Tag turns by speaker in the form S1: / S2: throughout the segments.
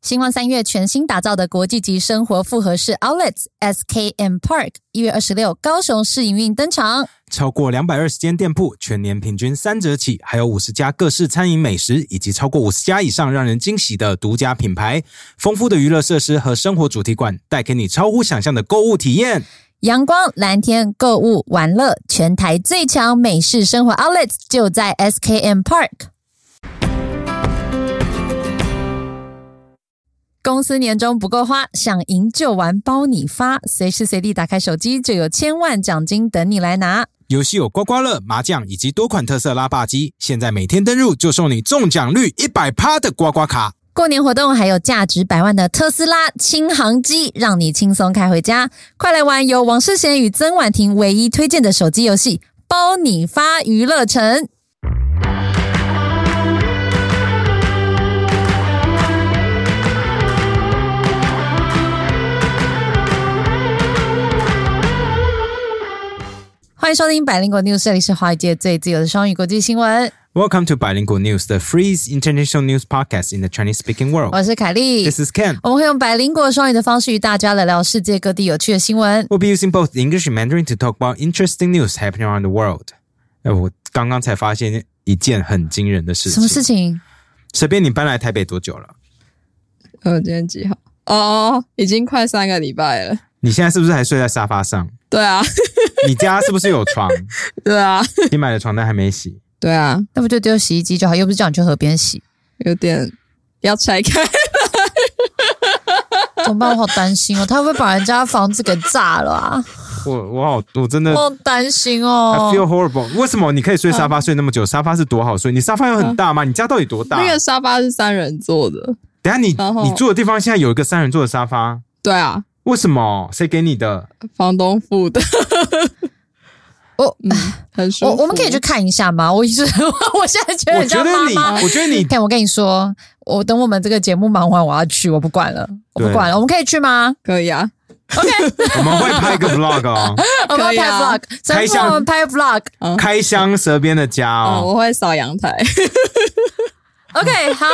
S1: 星光三月全新打造的国际级生活复合式 Outlets SKM Park，一月二十六高雄市营运登场。
S2: 超过两百二十间店铺，全年平均三折起，还有五十家各式餐饮美食，以及超过五十家以上让人惊喜的独家品牌，丰富的娱乐设施和生活主题馆，带给你超乎想象的购物体验。
S1: 阳光蓝天购物玩乐，全台最强美式生活 Outlets 就在 SKM Park。公司年终不够花，想赢就玩包你发，随时随地打开手机就有千万奖金等你来拿。
S2: 游戏有刮刮乐、麻将以及多款特色拉霸机，现在每天登入就送你中奖率一百趴的刮刮卡。
S1: 过年活动还有价值百万的特斯拉轻航机，让你轻松开回家。快来玩由王世贤与曾婉婷唯一推荐的手机游戏《包你发娱乐城》。欢迎收听百灵果 news，这里是华尔街最自由的双语国际新闻。
S2: Welcome to Bilingual News, the free international news podcast in the Chinese-speaking world.
S1: 我是凯莉
S2: This is Ken.
S1: 我们会用百灵果双语的方式与大家聊聊世界各地有趣的新闻。
S2: We'll be using both English and Mandarin to talk about interesting news happening around the world. 哎，我刚刚才发现一件很惊人的事情。
S1: 什么事？情？
S2: 随便你搬来台北多久了？
S3: 呃，今天几号？哦，已经快三个礼拜了。
S2: 你现在是不是还睡在沙 发上？
S3: 对啊，
S2: 你家是不是有床？
S3: 对啊，
S2: 你买的床单还没洗？
S3: 对啊，
S1: 那不就丢洗衣机就好，又不是叫你去河边洗。
S3: 有点要拆开。
S1: 怎么办？我好担心哦，他会不会把人家房子给炸了 啊？
S2: 我我好，我真的
S1: 我好担心
S2: I
S1: 哦。
S2: feel horrible。为什么你可以睡沙发睡那么久？沙发是多好睡？你沙发有很大吗？你家到底多
S1: 哦
S2: 大？
S3: 那个沙发是三人坐的。
S2: 等一下
S3: 然后
S2: 你你住的地方现在有一个三人座的沙发，
S3: 对啊，
S2: 为什么？谁给你的？
S3: 房东付的。
S1: 我
S3: 嗯，很舒服。
S1: 我我们可以去看一下吗？我一直 我现在觉得
S2: 我
S1: 很
S2: 觉
S1: 像
S2: 得
S1: 妈
S2: 你，
S1: 妈。
S2: 我觉得你
S1: 看，我跟你说，我等我们这个节目忙完，我要去，我不管了，我不
S2: 对
S1: 管了，我们可以去吗？
S3: 可以啊。
S2: 我们会拍 一个 vlog 哦，
S1: 我们
S3: 可以
S1: 要拍
S3: 啊
S1: vlog，神
S2: 开
S1: 父，
S2: 箱
S1: 我们拍 vlog。
S2: 开箱蛇边的家
S3: 嗯，
S2: 哦，
S3: 我会扫阳台。
S1: OK，好，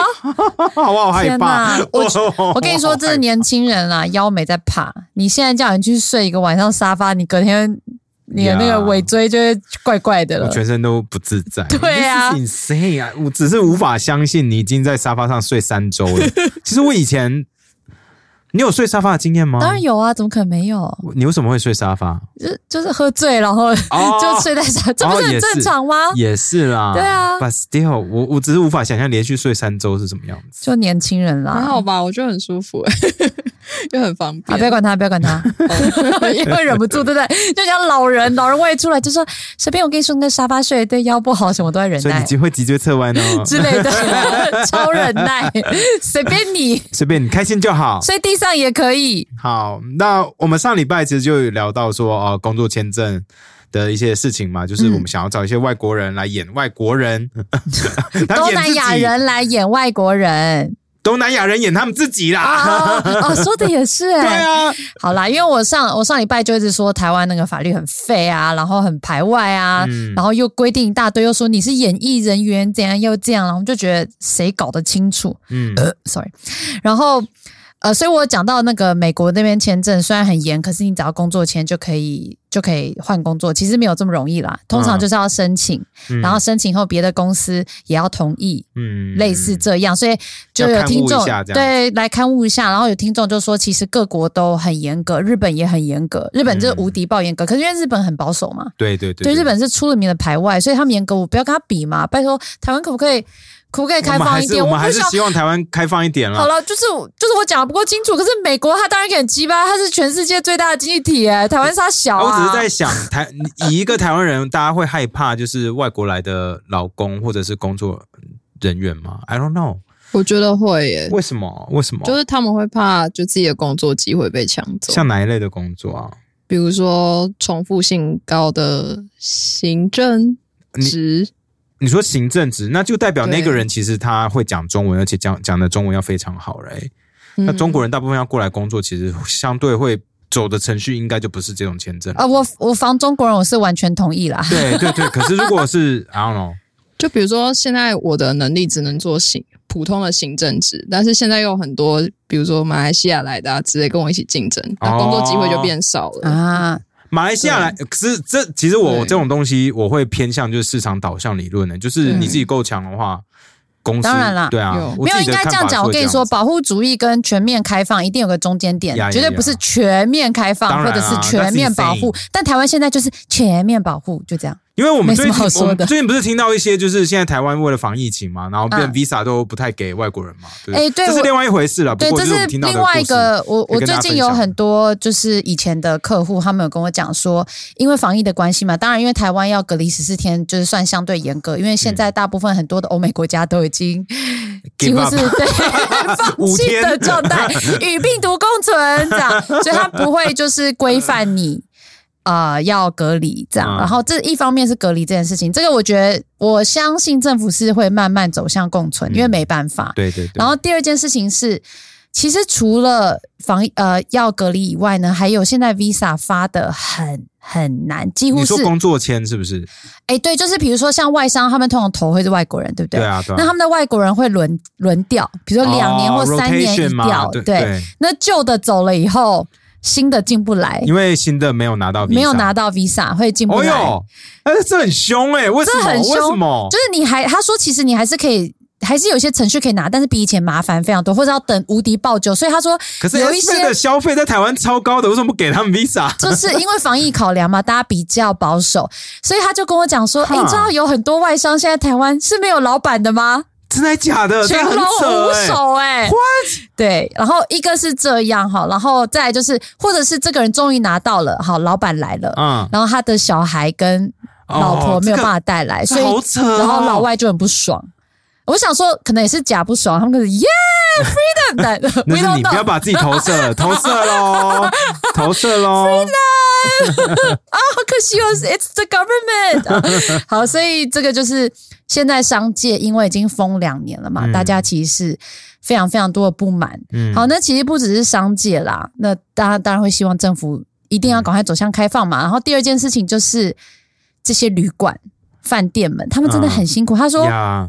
S2: 哇， 我好害
S1: 嗯天
S2: 怕
S1: 哪！我
S2: 哦
S1: 我跟你说，这是年轻人啦，腰没在怕。你现在叫你去睡一个晚上沙发，你隔天你的那个
S2: Yeah
S1: 尾椎就会怪怪的
S2: 我
S1: 了。
S2: 全身都不自在。
S1: 对啊
S2: This is insane 啊！我只是无法相信你已经在沙发上睡三周 了。其实我以前，你有睡沙发的经验吗？
S1: 当然。啊有啊，怎么可能没有？
S2: 你为什么会睡沙发？
S1: 就就是喝醉，然后
S2: 哦
S1: 就睡在沙，这不
S2: 哦
S1: 是很
S2: 也
S1: 正
S2: 是
S1: 常吗？
S2: 也是啦，
S1: 对啊
S2: ，But still，我我只是无法想象连续睡三周是什么样子。
S1: 就年轻人啦。
S3: 还 好吧，我觉得很舒服，又很方
S1: 啊，
S3: 便
S1: 不要。管他，不要管 他，因为忍不住，对不对？就像老人，老人胃出来就说：“随便我跟你说，那沙发睡对腰不好，什么都在忍
S2: 所以你
S1: 耐
S2: 就会脊椎侧弯 哦，
S1: 之类的， 超忍耐，随便你，
S2: 随便你开心就好。
S1: 睡地上也可以。
S2: 好，那我们上礼拜其实就有聊到说，呃，工作签证的一些事情嘛，就是
S1: 嗯
S2: 我们想要找一些外国人来演外国人， 他
S1: 东
S2: 演自
S1: 南
S2: 己
S1: 亚，人来演外国 人
S2: 东南亚人演他们自己啦。
S1: 啊，哦，说的也 是
S2: 对
S1: 哎、
S2: 啊，
S1: 好啦，因为我上我上礼拜就一直说台湾那个法律很废啊，然后很排外啊，
S2: 嗯
S1: 然后又规定一大堆，又说你是演艺人员怎样又这样，然后我们就觉得谁搞得清楚？
S2: 嗯，
S1: sorry，然后呃，所以我讲到那个美国那边签证虽然很严，可是你只要工作签就可以就可以换工作，其实没有这么容易啦。通常就是要申请，
S2: 嗯
S1: 然后申请后别的公司也要同意。
S2: 嗯
S1: 类似这样，所以就有听
S2: 要勘
S1: 众
S2: 误一下这样
S1: 对来刊物一下，然后有听众就说，其实各国都很严格，日本也很严格，日本
S2: 嗯
S1: 就是无敌爆严格，可是因为日本很保守嘛，
S2: 对对
S1: 对日本是出了名的排外，所以他们严格，我不要跟他比嘛，拜托台湾可不可以可不可以开
S2: 我们
S1: 放
S2: 还
S1: 一
S2: 是
S1: 点？
S2: 我们还
S1: 不
S2: 是
S1: 想
S2: 希望啊台湾开放一点
S1: 好
S2: 啦。
S1: 了，就是就是我讲的不够清楚，可是美国它当然很鸡巴，它是全世界最大的经济体哎，台湾它小
S2: 我
S1: 啊。
S2: 只是在想，台以一个台湾人，大家会害怕就是外国来的劳工或者是工作人员吗？I don't know，
S3: 我觉得会耶，
S2: 为什么？为什么？
S3: 就是他们会怕，就自己的工作机会被抢走。
S2: 像哪一类的工作啊？
S3: 比如说重复性高的行政
S2: 你
S3: 职，
S2: 你说行政职，那就代表那个
S3: 对
S2: 人其实他会讲中文，而且讲讲的中文要非常好嘞、那
S3: 嗯
S2: 中国人
S1: 嗯
S2: 大部分要过来工作，其实相对会走的程序应该就不是这种签证。
S1: 啊，我我防中国人，我是完全同意啦。
S2: 对对对，可是如果是 I don't know，
S3: 就比如说现在我的能力只能做行普通的行政职，但是现在又有很多，比如说马来西亚来的啊之类，跟我一起竞争，
S2: 哦
S3: 那、工作机会就变少了。
S1: 啊，
S2: 马来西亚来，可是这其实我
S3: 对
S2: 这种东西我会偏向就是市场导向理论的，就是你自己够强的话，公司
S1: 当然啦
S2: 对啊
S3: 有，
S2: 我
S1: 没
S2: 自
S1: 有
S2: 己
S1: 应
S2: 的
S1: 该这
S2: 看法
S1: 样
S2: 是
S1: 讲。我跟你
S2: 这
S1: 说，
S2: 样子，
S1: 保护主义跟全面开放一定有个中间点
S2: 呀呀，
S1: 绝对不是
S2: 呀
S1: 全面开放
S2: 当然
S1: 或者是
S2: 啊
S1: 全面
S2: that's
S1: 保护
S2: insane。
S1: 但台湾现在就是全面保护，就这样。
S2: 因为我们
S1: 没
S2: 最
S1: 什么
S2: 近
S1: 好
S2: 我
S1: 说
S2: 们
S1: 的
S2: 最近不是听到一些就是现在台湾为了防疫情嘛，然后变
S1: 啊
S2: Visa 都不太给外国人嘛，对不
S1: 哎对
S2: 这是
S1: 我
S2: 另外一回事了。不
S1: 对，
S2: 过
S1: 这
S2: 就是我们听到的
S1: 另外一
S2: 故事
S1: 个，我
S2: 可以
S1: 我
S2: 跟
S1: 最
S2: 大家
S1: 近有
S2: 分享
S1: 很多就是以前的客户，他们有跟我讲说，因为防疫的关系嘛，当然因为台湾要隔离十四天，就是算相对严格，因
S2: 嗯
S1: 为现在大部分很多的欧美国家都已经几
S2: Give
S1: 乎
S2: up
S1: 是 对放
S2: 五
S1: 弃
S2: 天
S1: 的状 态，与病毒共存这样，所以他不会就是规范你。啊、要隔离这样，
S2: 嗯
S1: 然后这一方面是隔离这件事情，这个我觉得我相信政府是会慢慢走向共存，因为
S2: 嗯
S1: 没办法，
S2: 对对对，
S1: 然后第二件事情是，其实除了防疫呃要隔离以外呢，还有现在 Visa 发的很很难，几乎
S2: 你
S1: 是
S2: 说工作签是不是？
S1: 哎对，就是比如说像外商，他们通常投会是外国人，对不对？
S2: 对啊，对啊。
S1: 那他们的外国人会轮轮调，比如说两年或
S2: 哦
S1: 三年一
S2: rotation 嘛
S1: 调，
S2: 对
S1: 那旧的走了以后，新的进不来，
S2: 因为新的没有拿到 Visa，
S1: 没有拿到 Visa 会进不
S2: 哦
S1: 来。
S2: 哟，哎，这很凶哎，为什
S1: 这
S2: 么？
S1: 很
S2: 为
S1: 凶
S2: 什么？
S1: 就是你还他说，其实你还是可以，还是有一些程序可以拿，但是比以前麻烦非常多，或者要等无敌爆酒。所以他说，
S2: 可是
S1: 有一
S2: S
S1: 些
S2: P 的消费在台湾超高的，为什么不给他们 Visa？
S1: 就是因为防疫考量嘛，大家比较保守，所以他就跟我讲说：“
S2: 哈
S1: 哎、你知道有很多外商现在台湾是没有老板的吗？
S2: 真的假的？呃这
S1: 全
S2: 很
S1: 都
S2: 扯
S1: 无
S2: 哎、
S1: 手哎、对，然后一个是这样哈，然后再来就是，或者是这个人终于拿到了，好，老板来了，
S2: 嗯，
S1: 然后他的小孩跟老婆没有办
S2: 法，
S1: 法带来，所
S2: 这个
S1: 以
S2: 好扯哦
S1: 然后老外就很不爽。我想说，可能也是假不爽，他们可能耶 freedom 但
S2: 那
S1: we
S2: 是
S1: don't
S2: 你不
S1: know
S2: 要把自己 投射，投射喽，投射喽。
S1: 好可惜哦是，It's the government 。 好，所以这个就是现在商界因为已经封两年了嘛，
S2: 嗯
S1: 大家其实是非常非常多的不满。
S2: 嗯，
S1: 好，那其实不只是商界啦，那大家当然会希望政府一定要赶快走向开放嘛。然后第二件事情就是这些旅馆、饭店们，他们真的很辛苦。他说，
S2: 嗯呀，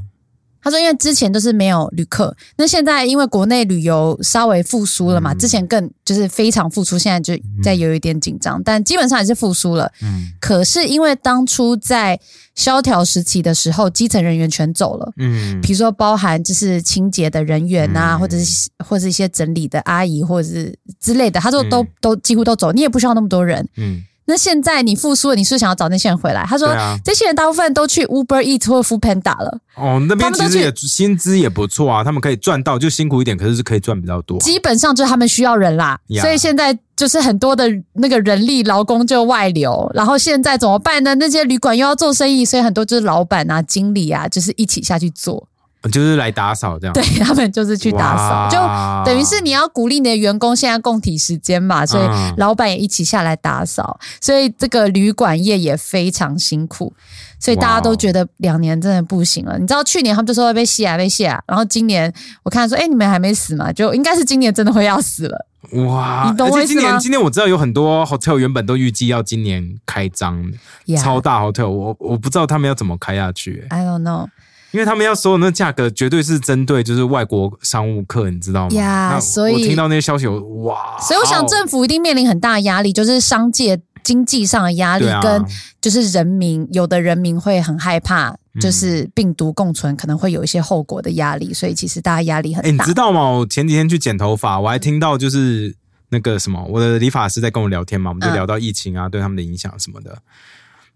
S1: 他说因为之前都是没有旅客，那现在因为国内旅游稍微复苏了嘛，
S2: 嗯
S1: 之前更就是非常复苏，现在就在有一点紧张，但基本上也是复苏了。
S2: 嗯
S1: 可是因为当初在萧条时期的时候，基层人员全走了。
S2: 嗯
S1: 比如说，包含就是清洁的人员啊，
S2: 嗯
S1: 或者是或者一些整理的阿姨，或者是之类的，他说都、
S2: 嗯
S1: 都几乎都走，你也不需要那么多人。
S2: 嗯，
S1: 那现在你复苏了，你是不是想要找那些人回来？他说、
S2: 对啊
S1: 这些人大部分都去 Uber Eat 或 Food Panda 了，
S2: 哦，那边
S1: 他们都
S2: 其
S1: 去
S2: 实也薪资也不错啊，他们可以赚到，就辛苦一点，可是是可以赚比较多。
S1: 基本上就是他们需要人啦。
S2: 呀
S1: 所以现在就是很多的那个人力劳工就外流，然后现在怎么办呢？那些旅馆又要做生意，所以很多就是老板啊、经理啊，就是一起下去做，
S2: 就是来打扫这样。
S1: 对他们就是去打扫，就
S2: 哇
S1: 等于是你要鼓励你的员工现在共体时间嘛，所以
S2: 嗯
S1: 老板也一起下来打扫，所以这个旅馆业也非常辛苦，所以大家都觉得两年真的不行了。你知道去年他们就说会被卸啊被卸啊，然后今年我看说，哎、你们还没死嘛？就应该是今年真的会要死了。
S2: 哇，
S1: 你懂我
S2: 而
S1: 意思
S2: 且今
S1: 吗
S2: 年今年我知道有很多 hotel 原本都预计要今年开张的
S1: Yeah,
S2: 超大 hotel，我我不知道他们要怎么开下去、欸
S1: I don't know
S2: 因为他们要收的那价格绝对是针对就是外国商务客，你知道吗？
S1: 呀
S2: 那
S1: 所以
S2: 我听到那些消息，我哇！
S1: 所以我想政府一定面临很大的压力，就是商界经济上的压力
S2: 对啊
S1: 跟就是人民，有的人民会很害怕，就是病毒共存可能会有一些后果的压力，所以其实大家压力
S2: 哎、
S1: 很
S2: 你
S1: 大
S2: 知。道吗？我前几天去剪头发，我还听到就是那个什么，我的理发师在跟我聊天嘛，我们就
S1: 嗯
S2: 聊到疫情啊，对他们的影响什么的。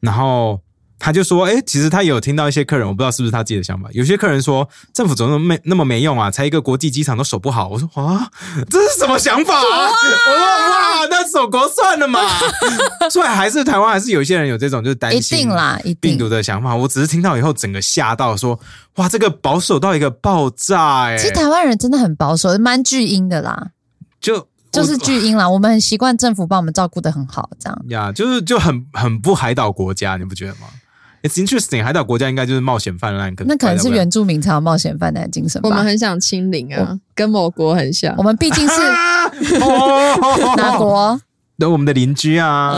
S2: 然后他就说：“哎、其实他有听到一些客人，我不知道是不是他自己的想法。有些客人说，政府怎么那么没那么没用啊？才一个国际机场都守不好。”我说：“啊，这是什么想法、啊？”我说：“哇，那守国算了嘛。” 所以还是台湾还是有一些人有这种就是担
S1: 一
S2: 心
S1: 定啦，一
S2: 病
S1: 定。
S2: 毒的想法。我只是听到以后整个吓到说：“哇，这个保守到一个爆炸、欸！”
S1: 其实台湾人真的很保守，蛮巨婴的啦，
S2: 就
S1: 就是
S2: 我
S1: 巨婴啦。我们很习惯政府把我们照顾的很好，这样。
S2: 呀，就是就很很不海岛国家，你不觉得吗？It's interesting，海岛国家应该就是冒险泛滥，可
S1: 那可能是
S2: 原
S1: 原住民才有冒险犯难的精神吧。
S3: 我们很想清零啊，跟某国很像
S1: 我。们毕竟是
S2: 啊 哦，
S1: 哪国？
S2: 我们的邻居 啊。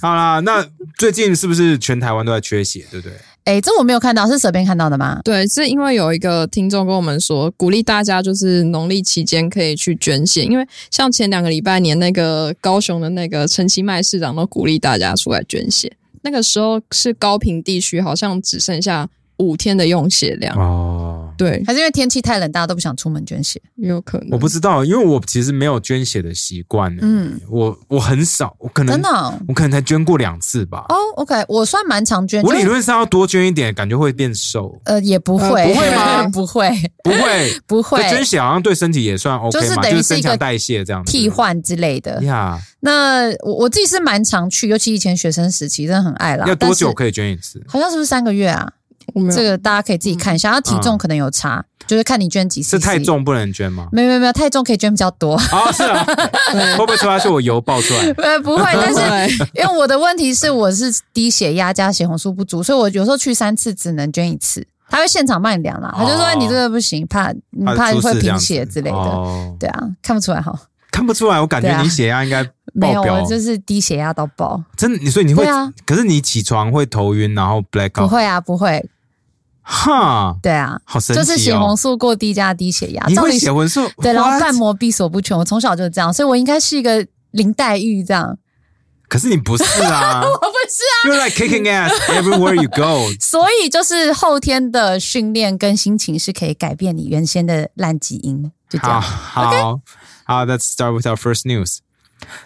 S2: 好啦，那最近是不是全台湾都在缺血，对不对？
S1: 哎，这我没有看到，是蛇边看到的吗？
S3: 对，是因为有一个听众跟我们说，鼓励大家就是农历期间可以去捐血，因为像前两个礼拜年那个高雄的那个陈其迈市长都鼓励大家出来捐血，那个时候是高平地区好像只剩下五天的用血量，
S2: 哦，
S3: 对，
S1: 还是因为天气太冷，大家都不想出门捐血？
S3: 有可能
S2: 我不知道，因为我其实没有捐血的习惯、嗯，
S1: 嗯，
S2: 我我很少，我可能
S1: 真的哦
S2: 我可能才捐过两次吧。
S1: 哦，OK，我算蛮常捐，
S2: 我理
S1: 就是
S2: 论上要多捐一点，感觉会变瘦。
S1: 呃也不会，
S3: 呃不会 吗
S1: 不会，
S2: 不会，
S1: 不 会
S2: 对，捐血好像对身体也算 OK
S1: 就是
S2: 嘛，
S1: 等于
S2: 就是
S1: 是一
S2: 增
S1: 个
S2: 强代谢这样子
S1: 替换之类的。
S2: 呀。
S1: 那我我自己是蛮常去，尤其以前学生时期，真的很爱啦。
S2: 要多
S1: 啊但是
S2: 久可以捐一次？
S1: 好像是不是三个月啊？
S3: 我没有
S1: 这个大家可以自己看一下。然后体重可能有差，就是看你捐几次。
S2: 嗯是太？重不能捐 吗？
S1: 没有没有没有，太重可以捐比较多。
S2: 啊，是啊， 会不会说他是我油爆出来？
S1: 呃，不 会，但是
S3: 对
S1: 因为我的问题是我是低血压加血红素不足，所以我有时候去三次只能捐一次。他会现场帮你量啦，他就说
S2: 哦
S1: 哎你这个不行，怕你
S2: 他
S1: 怕
S2: 出
S1: 你会
S2: 事这样
S1: 贫
S2: 子
S1: 血之类的。
S2: 哦，
S1: 对啊，看不出来哈，
S2: 看不出来，我感
S1: 对
S2: 觉
S1: 啊
S2: 你血压应该
S1: 没有，
S2: 爆表
S1: 我就是低血压到爆。
S2: 真的，你所以你会
S1: 对啊，
S2: 可是你起床会头晕，然后 black
S1: 不
S2: out，
S1: 会啊，不会，
S2: 哈，
S1: 对啊，
S2: 好神奇
S1: 就
S2: 哦！
S1: 是血红素过低加低血压，
S2: 你
S1: 照
S2: 会
S1: 理
S2: 血红素？
S1: 对，然后
S2: What？
S1: 犯魔必所不全，我从小就这样，所以我应该是一个林黛玉这 样。
S2: 可是你不是 啊
S1: 我不是啊，
S2: ，You're like kicking ass everywhere you go。
S1: 所以就是后天的训练跟心情是可以改变你原先的烂基因，就这
S2: 好
S1: 样。
S2: 好好，Let's start with our first news.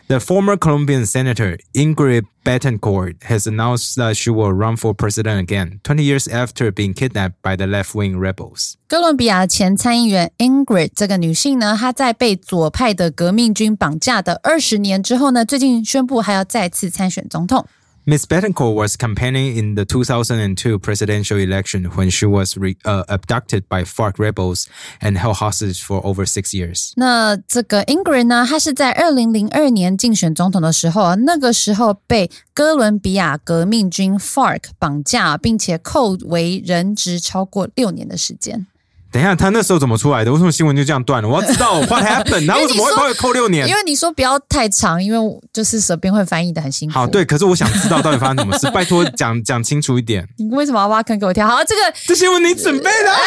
S2: The former Colombian senator Ingrid Betancourt has announced that she will run for president again, 20 years after being kidnapped by the left-wing rebels.
S1: 哥伦比亚前参议员 Ingrid 这个女性呢，她在被左派的革命军绑架的二十年之后呢，最近宣布还要再次参选总统。
S2: Ms. Betancourt was campaigning in the 2002 presidential election when she was re- uh, abducted by FARC rebels and held hostage for over six years.
S1: 那这个 Ingrid 呢，她是在二零零二年竞选总统的时候啊，那个时候被哥伦比亚革命军 FARC 绑架，并且扣为人质超过六年的时间。
S2: 等一下，他那时候怎么出来的？为什么新闻就这样断了？我要知道 what happened，然后为什么会把我扣六年
S1: 因？为你说不要太长，因为我就是舌边会翻译的很辛苦。
S2: 好，对，，可是我想知道到底发生 什么事，拜托讲讲清楚一点。
S1: 你为什么要挖坑给我跳？好，这个
S2: 这新闻你准备的啊？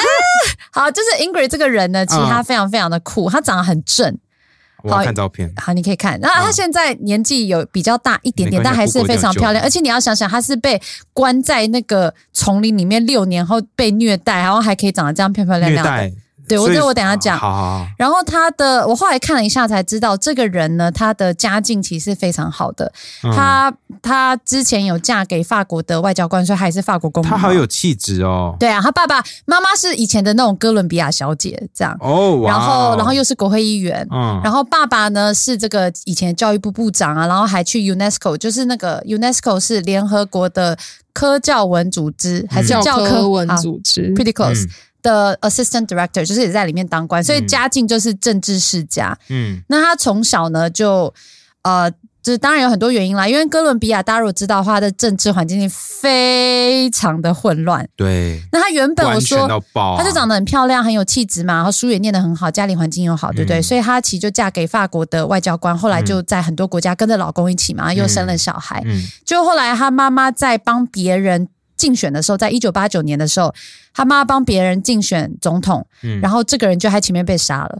S1: 好，就是 Ingrid 这个人呢，其
S2: 嗯
S1: 实她非常非常的酷，她长得很正。
S2: 我要看照片。
S1: 好，你可以看。然后她现在年纪有比较大一点点，
S2: 嗯没关
S1: 但
S2: 系
S1: 还是非常漂
S2: 过过
S1: 亮。
S2: 一点
S1: 而且你要想想，她是被关在那个丛林里面六年后被虐待，然后还可以长得这样漂漂亮
S2: 虐
S1: 亮的。
S2: 待，
S1: 对，我
S2: 所以
S1: 这个我等一下讲。
S2: 好好好，
S1: 然后她的，我后来看了一下才知道，这个人呢，她的家境其实非常好的。
S2: 嗯
S1: 她她之前有嫁给法国的外交官，所以她也是法国公民嘛。
S2: 他好有气质哦。
S1: 对啊，她爸爸妈妈是以前的那种哥伦比亚小姐这样，
S2: 哦，哇哦
S1: 然后然后又是国会议员，
S2: 嗯，
S1: 然后爸爸呢是这个以前教育部部长啊，然后还去 UNESCO，就是那个 UNESCO 是联合国的科教文组织， 还是
S3: 教
S1: 教
S3: 科
S1: 科
S3: 文
S1: 啊
S3: 组织，
S1: pretty
S2: 嗯
S1: close、的 assistant director，就是也在里面当官，所以
S2: 嗯
S1: 家境就是政治世家。
S2: 嗯
S1: 那他从小呢就呃。这当然有很多原因啦，因为哥伦比亚大家如果知道的话，它的政治环境非常的混乱。
S2: 对，
S1: 那他原本
S2: 完
S1: 我
S2: 全
S1: 说
S2: 到爆啊，
S1: 她就长得很漂亮，很有气质嘛，然后书也念得很好，家里环境又好，对不对？
S2: 嗯
S1: 所以她其实就嫁给法国的外交官，后来就在很多国家跟着老公一起嘛，又生了小孩。
S2: 嗯
S1: 就后来她妈妈在帮别人竞选的时候，在一九八九年的时候，她妈妈帮别人竞选总统，
S2: 嗯，
S1: 然后这个人就在前面被杀了，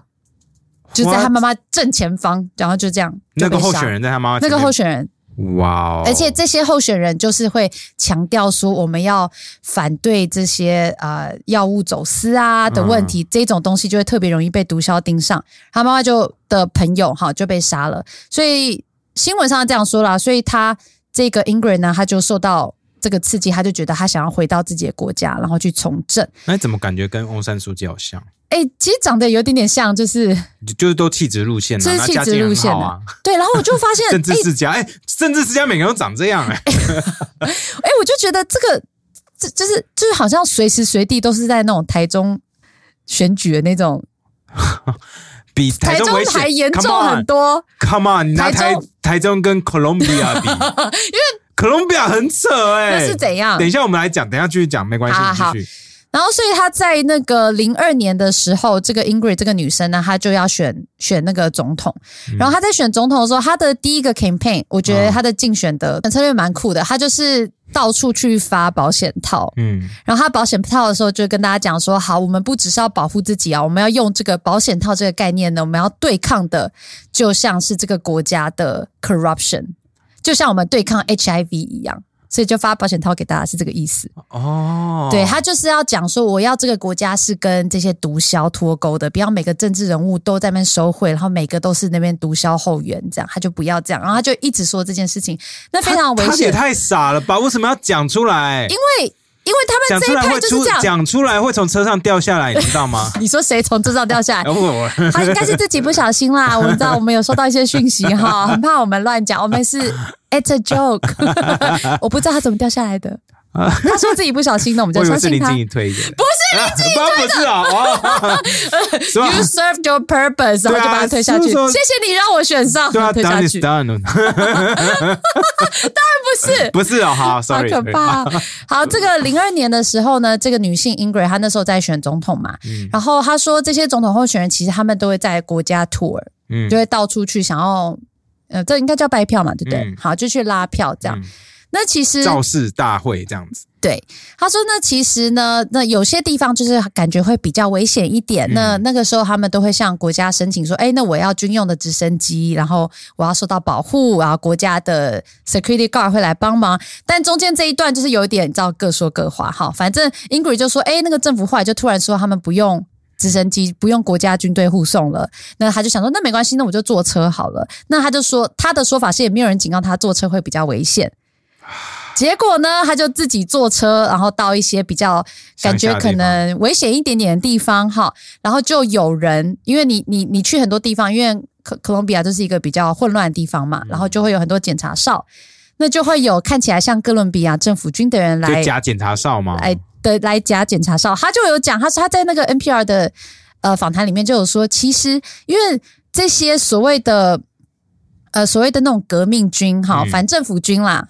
S1: 就在她妈妈正前方，然后就这样
S2: 那个
S1: 就被
S2: 候
S1: 杀
S2: 选人在他妈妈
S1: 那个
S2: 前面
S1: 候选人
S2: 哇哦，
S1: 而且这些候选人就是会强调说，我们要反对这些呃药物走私
S2: 嗯
S1: 啊的问题，这种东西就会特别容易被毒枭盯上。他妈妈就的朋友哈就被杀了，所以新闻上这样说啦，所以他这个 Ingrid 呢，他就受到。这个刺激，他就觉得他想要回到自己的国家，然后去从政。
S2: 那你怎么感觉跟翁山书记好像？
S1: 哎，其实长得有点点像， 就是
S2: 就就是都气质路线啊，
S1: 这是
S2: 那
S1: 气
S2: 家
S1: 质
S2: 境很
S1: 路线
S2: 好
S1: 的
S2: 啊，
S1: 对。然后我就发现，
S2: 政治
S1: 哎
S2: 世家，哎，政治世家每个人都长这样，哎，
S1: 哎、我就觉得这个，这就是就是好像随时随地都是在那种台中选举的那种，
S2: 比台
S1: 中
S2: 危
S1: 还
S2: 险
S1: 严重
S2: Come on
S1: 很多。
S2: Come on，你
S1: 台
S2: 拿台
S1: 中
S2: 台中跟 Colombia 比，因为 Colombia 很扯哎、
S1: 那是怎样
S2: 等一下我们来讲，等一下继续讲，没关系，
S1: 好
S2: 你
S1: 好
S2: 继续。
S1: 然后，所以她在那个零二年的时候，这个 Ingrid 这个女生呢，她就要选选那个总统。
S2: 嗯
S1: 然后她在选总统的时候，她的第一个 campaign，我觉得她的竞选的策略蛮酷的，她就是到处去发保险套。
S2: 嗯，
S1: 然后她保险套的时候，就跟大家讲说：好，我们不只是要保护自己啊，我们要用这个保险套这个概念呢，我们要对抗的就像是这个国家的 corruption，就像我们对抗 HIV 一样。所以就发保险套给大家是这个意思。
S2: 哦，
S1: 对他就是要讲说，我要这个国家是跟这些毒枭脱钩的，不要每个政治人物都在那边收贿，然后每个都是那边毒枭后援，这样他就不要这样，然后他就一直说这件事情，那非常危
S2: 他也
S1: 险，
S2: 太傻了吧？为什么要讲出来？
S1: 因为因为他
S2: 讲
S1: 们这
S2: 出
S1: 一
S2: 来
S1: 派
S2: 会
S1: 就
S2: 出
S1: 是这样。
S2: 讲出来会从车上掉下来，你知 道吗？
S1: 你说谁从车上掉下来
S2: 哎？我我
S1: 他应该是自己不小心 啦，我们知道我们有收到一些讯息哈，很怕我们乱讲，我们是 it's a joke，我不知道他怎么掉下来 的，他说自己不小心的，我们
S2: 我
S1: 就
S2: 以为
S1: 相
S2: 是
S1: 信
S2: 林
S1: 他
S2: 静。怡推的，不是林静怡推的，不是啊，哦， 是吧
S1: You served your purpose，然后
S2: 对啊
S1: 就把他推下去。
S2: 是不是说
S1: 谢谢你让我选上，
S2: 对啊
S1: 推
S2: ，done
S1: 下
S2: is
S1: 去，
S2: done，
S1: 不是。
S2: 不是哦，好
S1: 好
S2: ，sorry，
S1: 可怕！ 好，这个零二年的时候呢，这个女性 Ingrid 她那时候在选总统嘛，
S2: 嗯
S1: 然后她说这些总统候选人其实他们都会在国家 tour，
S2: 嗯
S1: 就会到处去想要，呃，这应该叫拜票嘛，对不对？
S2: 嗯
S1: 好，就去拉票这样。
S2: 嗯
S1: 那其实
S2: 造势大会这样子，
S1: 对，他说那其实呢，那有些地方就是感觉会比较危险一点。那
S2: 嗯
S1: 那个时候他们都会向国家申请说，哎，那我要军用的直升机，然后我要受到保护，然后国家的 security guard 会来帮忙。但中间这一段就是有一点，你知道各说各话哈。反正 Ingrid 就说，哎，那个政府后来就突然说他们不用。直升机不用国家军队护送了，那他就想说，那没关系，那我就坐车好了。那他就说，他的说法是也没有人警告他坐车会比较危险。结果呢，他就自己坐车，然后到一些比较感觉可能危险一点点的地方哈，然后就有人，因为你你你去很多地方，因为哥哥伦比亚就是一个比较混乱的地方
S2: 嗯
S1: 嘛，然后就会有很多检查哨，那就会有看起来像哥伦比亚政府军的人来哎
S2: 就假检查哨嘛，
S1: 来的来假检查哨，他就有讲，他说他在那个 NPR 的呃访谈里面就有说，其实因为这些所谓的呃所谓的那种革命军哈，
S2: 嗯
S1: 反政府军啦。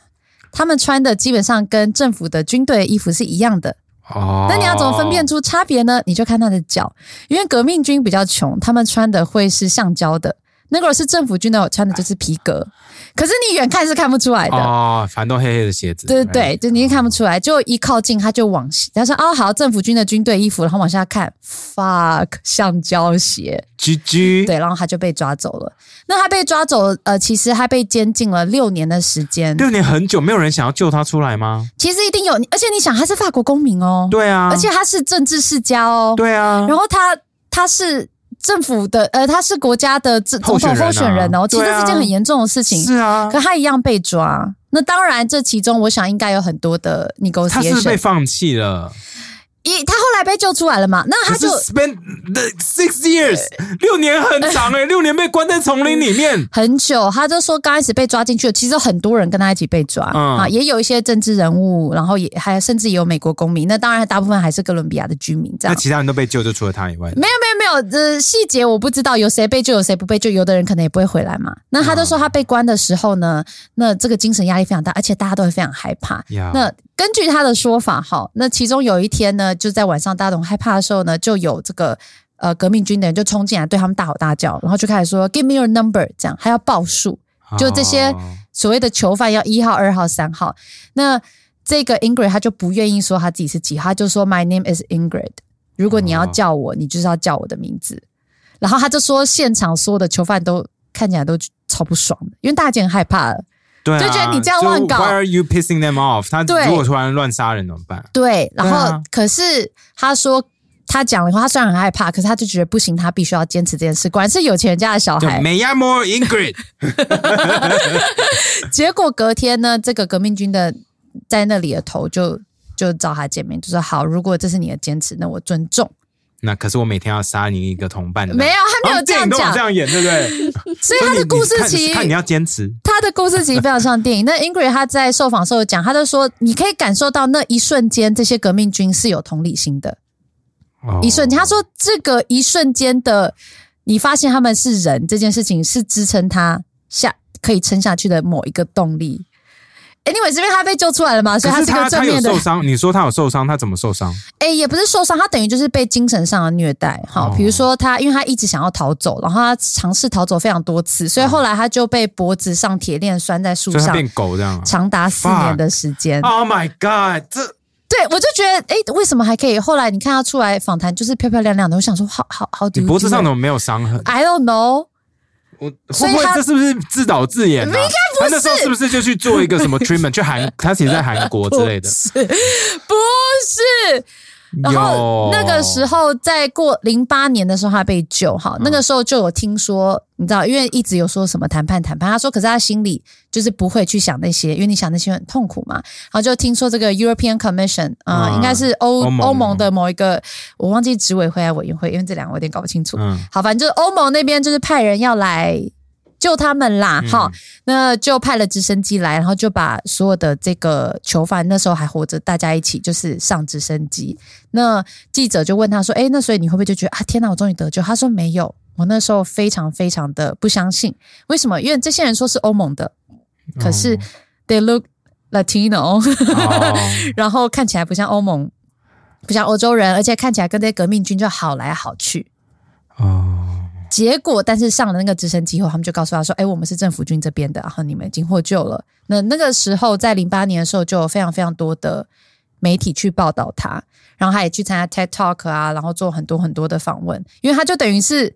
S1: 他们穿的基本上跟政府的军队衣服是一样的，
S2: 哦，
S1: 那你要怎么分辨出差别呢？你就看他的脚，因为革命军比较穷，他们穿的会是橡胶的；那个是政府军的，穿的就是皮革。可是你远看是看不出来的，
S2: 哦，反正都黑黑的鞋子，哎
S1: 对对对，就你也看不出来，就一靠近他就往下，他说哦好，政府军的军队衣服，然后往下看，fuck，橡胶鞋，
S2: 居居，
S1: 对，然后他就被抓走了。那他被抓走，呃，其实他被监禁了六年的时间，
S2: 六年很久，没有人想要救他出来吗？
S1: 其实一定有，而且你想他是法国公民哦，
S2: 对啊，
S1: 而且他是政治世家哦，
S2: 对啊，
S1: 然后他他是。政府的呃，他是国家的总总统候
S2: 候选
S1: 选
S2: 人啊
S1: 人哦，其实
S2: 对
S1: 这
S2: 啊
S1: 是件很严重的事情，
S2: 是啊，
S1: 可他一样被抓。那当然，这其中我想应该有很多的 negotiation。
S2: 他是不是被放弃了。
S1: 一他后来被救出来了嘛？那他
S2: 可是
S1: 就
S2: spend the six years，六年很 长哎、六年被关在丛林里面。
S1: 很久，他就说刚开始被抓进去，其实有很多人跟他一起被抓、
S2: 嗯
S1: 啊，也有一些政治人物，然后也还甚至也有美国公民。那当然，大部分还是哥伦比亚的居民这
S2: 那
S1: 样。
S2: 其他人都被救，就除了他以外。
S1: 没有没有没有，呃，细节我不知道，有谁被救，有谁不被救，有的人可能也不会回来嘛。那他就说他被关的时候呢，那这个精神压力非常大，而且大家都会非常害怕。
S2: 呀，
S1: 那根据他的说法，哈，那其中有一天呢，就在晚上大家都很害怕的时候呢，就有这个呃革命军的人就冲进来，对他们大吼大叫，然后就开始说 “Give me your number”，这样还要报数。就这些
S2: 哦
S1: 所谓的囚犯要一号、二号、三号。那这个 Ingrid 他就不愿意说他自己是几号，他就说 “My name is Ingrid”。如果你要
S2: 哦
S1: 叫我，你就是要叫我的名字。然后他就说，现场所有的囚犯都看起来都超不爽的，因为大家已经很害怕了。
S2: 对、啊，
S1: 就觉得你这样乱搞
S2: 就 Why are you pissing them off？他
S1: 对
S2: 如果突然乱杀人怎么办？
S1: 对，然后、
S2: 对啊
S1: 可是他说他讲的话，他虽然很害怕，可是他就觉得不行，他必须要坚持这件事。果然是有钱人家的小
S2: 就
S1: 孩。
S2: 美亚莫 Ingrid，
S1: 结果隔天呢，这个革命军的在那里的头就就找他见面，就说好，如果这是你的坚持，那我尊重。
S2: 那可是我每天要杀你一个同伴的。哦
S1: 没有，他没有这
S2: 电
S1: 样
S2: 影都有
S1: 讲
S2: 这，样演，对 不对？
S1: 所以他的故事
S2: 所以你
S1: 其
S2: 你看
S1: 实
S2: 看你要坚持，
S1: 他的故事其实非常像电影。 那 Ingrid 他在受访时候讲，他就说，你可以感受到那一瞬间，这些革命军是有同理心的。
S2: 哦
S1: 一瞬间，他说这个一瞬间的，你发现他们是人这件事情是支撑他下可以撑下去的某一个动力。 anyway，是因为他被救出来了嘛，所以他
S2: 可是
S1: 是个
S2: 他
S1: 正
S2: 他有
S1: 面的
S2: 受。伤，你说他有受伤，他怎么受伤？
S1: 哎、也不是受伤，他等于就是被精神上的虐待。好，
S2: 哦
S1: 比如说他，因为他一直想要逃走，然后他尝试逃走非常多次，所以后来他就被脖子上铁链拴在树
S2: 哦所以他
S1: 上，
S2: 变狗这样啊。
S1: 长达四
S2: Fuck
S1: 年的时间。
S2: Oh my god！这
S1: 对，我就觉得，哎、为什么还可以？后来你看他出来访谈，就是漂漂亮亮的，我想说，好好好，
S2: 你脖子上怎
S1: 的
S2: 么没有伤痕？
S1: ，I don't know，
S2: 我
S1: 啊所
S2: 会
S1: 以
S2: 不会
S1: 他
S2: 这是不是自导自演、啊？应该
S1: 不是
S2: 他那时候是不是就去做一个什么 treatment？去韩，他其实在韩国之类的
S1: 不。是，不是。然后
S2: 有
S1: 那个时，候，在过零八年的时候，他被救哈，那个时候就有听说，你知道，因为一直有说什么谈判谈判，他说，可是他心里就是不会去想那些，因为你想那些很痛苦嘛。然后就听说这个 European Commission 啊、
S2: 嗯
S1: 应该是欧
S2: 欧盟
S1: 欧盟的某一个，我忘记执委会还是委员会，因为这两个我有点搞不清楚。
S2: 嗯，
S1: 好，反正就是欧盟那边就是派人要来救他们啦，
S2: 嗯
S1: 哈、那就派了直升机来，然后就把所有的这个囚犯，那时候还活着，大家一起就是上直升机。那记者就问他说：“哎，那所以你会不会就觉得啊，天哪，我终于得救？”他说：“没有，我那时候非常非常的不相信，为什么？因为这些人说是欧盟的，可是 they look Latino，、
S2: 哦
S1: 然后看起来不像欧盟，不像欧洲人，而且看起来跟这些革命军就好来好去。”
S2: 哦，
S1: 结果，但是上了那个直升机后，他们就告诉他说：“哎，我们是政府军这边的，然后你们已经获救了。”那那个时候，在零八年的时候，就有非常非常多的媒体去报道他，然后他也去参加 TED Talk 啊，然后做很多很多的访问，因为他就等于是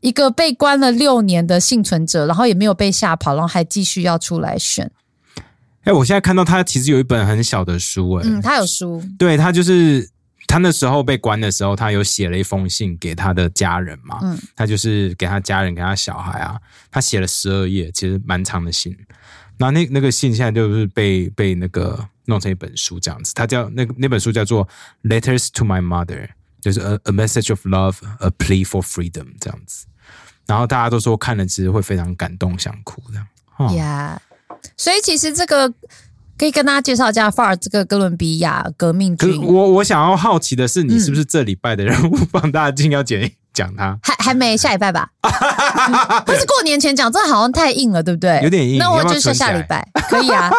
S1: 一个被关了六年的幸存者，然后也没有被吓跑，然后还继续要出来选。
S2: 哎、我现在看到他其实有一本很小的书、哎、
S1: 嗯，他有书，
S2: 对他就是他那时候被关的时候，他有写了一封信给他的家人嘛，
S1: 嗯
S2: 他就是给他家人、给他小孩啊，他写了十二页，其实蛮长的信。然后那那个信现在就是被被那个弄成一本书这样子，他叫那个那本书叫做《Letters to My Mother》，就是 A A Message of Love, A Plea for Freedom 这样子。然后大家都说看了其实会非常感动，想哭这样。哦
S1: 呀、所以其实这个可以跟大家介绍一下，法尔这个哥伦比亚革命
S2: 可
S1: 军
S2: 是。我我想要好奇的是，你是不是这礼拜的人物放大镜要讲讲他？
S1: 还还没下礼拜 吧？不是过年前讲，这好像太硬了，对不对？
S2: 有点硬
S1: 那我
S2: 你要不要
S1: 就是
S2: 存起
S1: 下
S2: 来
S1: 礼拜可以啊。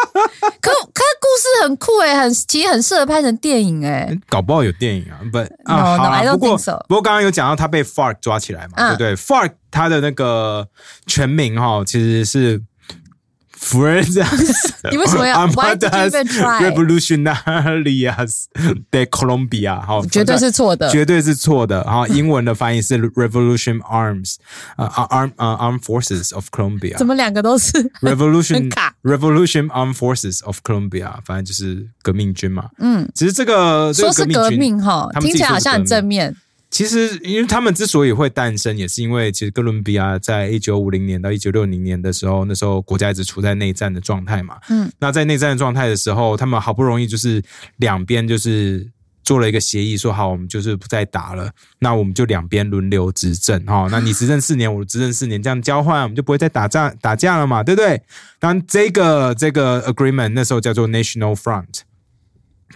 S1: 可可故事很酷诶、很其实很适合拍成电影欸诶、
S2: 搞不好有电影啊，不
S1: No,
S2: 啊，好
S1: no, I
S2: 啦
S1: don't
S2: 不过
S1: think so.
S2: 不过刚刚有讲到他被 FARC 抓起来嘛，
S1: 嗯
S2: 对不对？FARC 他的那个全名哈其实是 f r e n z
S1: 你为什么要 Why did you
S2: Armadas
S1: even try？
S2: Revolutionarias de Colombia 哈，
S1: 绝对是错的。
S2: 绝对是错的。然后英文的翻译是 Revolution Arms 啊、Arm 啊、Armed Forces of Colombia
S1: 怎。么两个都是？很
S2: Revolution
S1: 卡
S2: Revolution Armed Forces of Colombia，反正就是革命军嘛。
S1: 嗯，
S2: 其实这个这
S1: 说
S2: 个
S1: 是
S2: 革
S1: 革
S2: 军
S1: 命哈，
S2: 他们
S1: 听
S2: 自己
S1: 起来
S2: 说
S1: 好
S2: 是
S1: 像
S2: 革
S1: 很
S2: 命
S1: 正面。
S2: 其实，因为他们之所以会诞生，也是因为其实哥伦比亚在一九五零年到一九六零年的时候，那时候国家一直处在内战的状态嘛。
S1: 嗯，
S2: 那在内战的状态的时候，他们好不容易就是两边就是做了一个协议，说好我们就是不再打了，那我们就两边轮流执政哈、那你执政四年，我执政四年，这样交换，我们就不会再打仗打架了嘛，对不对？当然，这个这个 agreement 那时候叫做 National Front。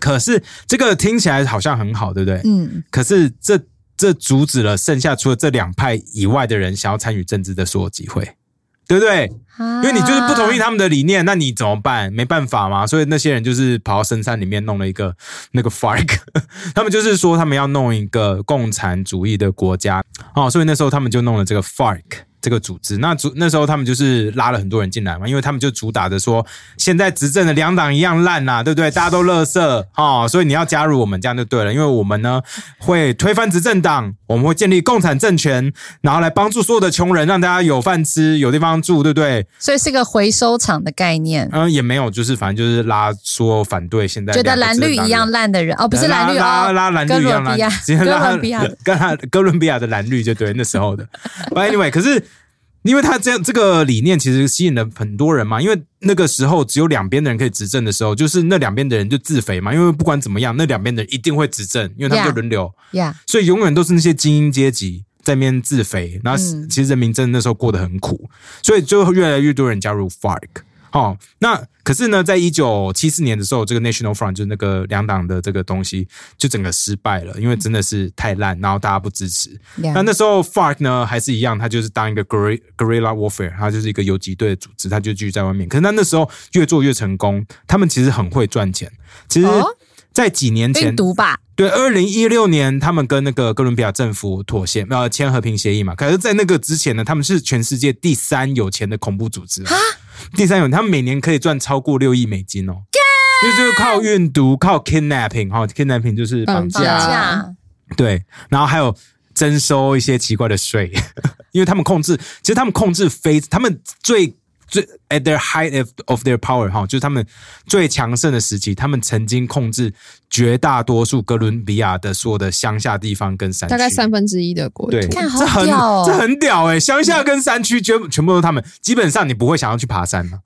S2: 可是这个听起来好像很好，对不对？
S1: 嗯，
S2: 可是这这阻止了剩下除了这两派以外的人想要参与政治的所有机会，对不对？因为你就是不同意
S1: 啊。
S2: 他们的理念，那你怎么办？没办法嘛。所以那些人就是跑到深山里面弄了一个那个 FARC，他们 就是说他们要弄一个共产主义的国家哦，所以那时候他们就弄了这个 FARC。这个组织，那主那时候他们就是拉了很多人进来嘛，因为他们就主打着说，现在执政的两党一样烂啦、对不对？大家都垃圾哦，所以你要加入我们，这样就对了。因为我们呢会推翻执政党，我们会建立共产政权，然后来帮助所有的穷人，让大家有饭吃，有地方住，对不对？
S1: 所以是个回收厂的概念，
S2: 嗯，也没有，就是反正就是拉说反对现在
S1: 觉得蓝
S2: 两个执政
S1: 绿
S2: 党
S1: 一样
S2: 人，
S1: 烂的人哦，不是
S2: 拉
S1: 蓝绿
S2: 拉
S1: 哦，
S2: 拉蓝
S1: 哥
S2: 绿一
S1: 伦
S2: 样蓝
S1: 比亚，，
S2: 直接
S1: 哥
S2: 拉
S1: 伦比亚，
S2: 跟他哥伦比亚的蓝绿就对那时候的。But anyway，可是因为他这样这个理念其实吸引了很多人嘛，因为那个时候只有两边的人可以执政的时候，就是那两边的人就自肥嘛，因为不管怎么样，那两边的人一定会执政，因为他们就
S1: Yeah
S2: 轮流。
S1: 呀，
S2: 所以永远都是那些精英阶级在那边自肥，然后
S1: 嗯
S2: 其实人民真的那时候过得很苦，所以就越来越多人加入 FARC。哦，那可是呢，在一九七四年的时候，这个 National Front 就那个两党的这个东西就整个失败了，因为真的是太烂，然后大家不支持。
S1: 两
S2: 那那时候 FARC 呢还是一样，他就是当一个 guerri- guerrilla warfare，他就是一个游击队的组织，他就继续在外面。可是他那时候越做越成功，他们其实很会赚钱。其实
S1: 哦，
S2: 在几年前，
S1: 病毒吧，
S2: 对，二零一六年他们跟那个哥伦比亚政府妥协，呃，签和平协议嘛。可是，在那个之前呢，他们是全世界第三有钱的恐怖组织、啊，第三有，他们每年可以赚超过六亿美金哦。就是就是靠运毒，靠 kidnapping 哈、kidnapping 就是绑
S1: 绑
S2: 架，啊
S3: 架
S1: 架
S2: 对，然后还有征收一些奇怪的税， 因为他们控制，其实他们控制非他们最。最 at their height of of their power 哈，就是他们最强盛的时期，他们曾经控制绝大多数哥伦比亚的所有的乡下地方跟山区，
S3: 大概三分之一的国土
S2: 对，。
S1: 看好
S2: 这很
S1: 屌哦
S2: 这很屌哎、乡下跟山区全全部都是他们，基本上你不会想要去爬山、啊、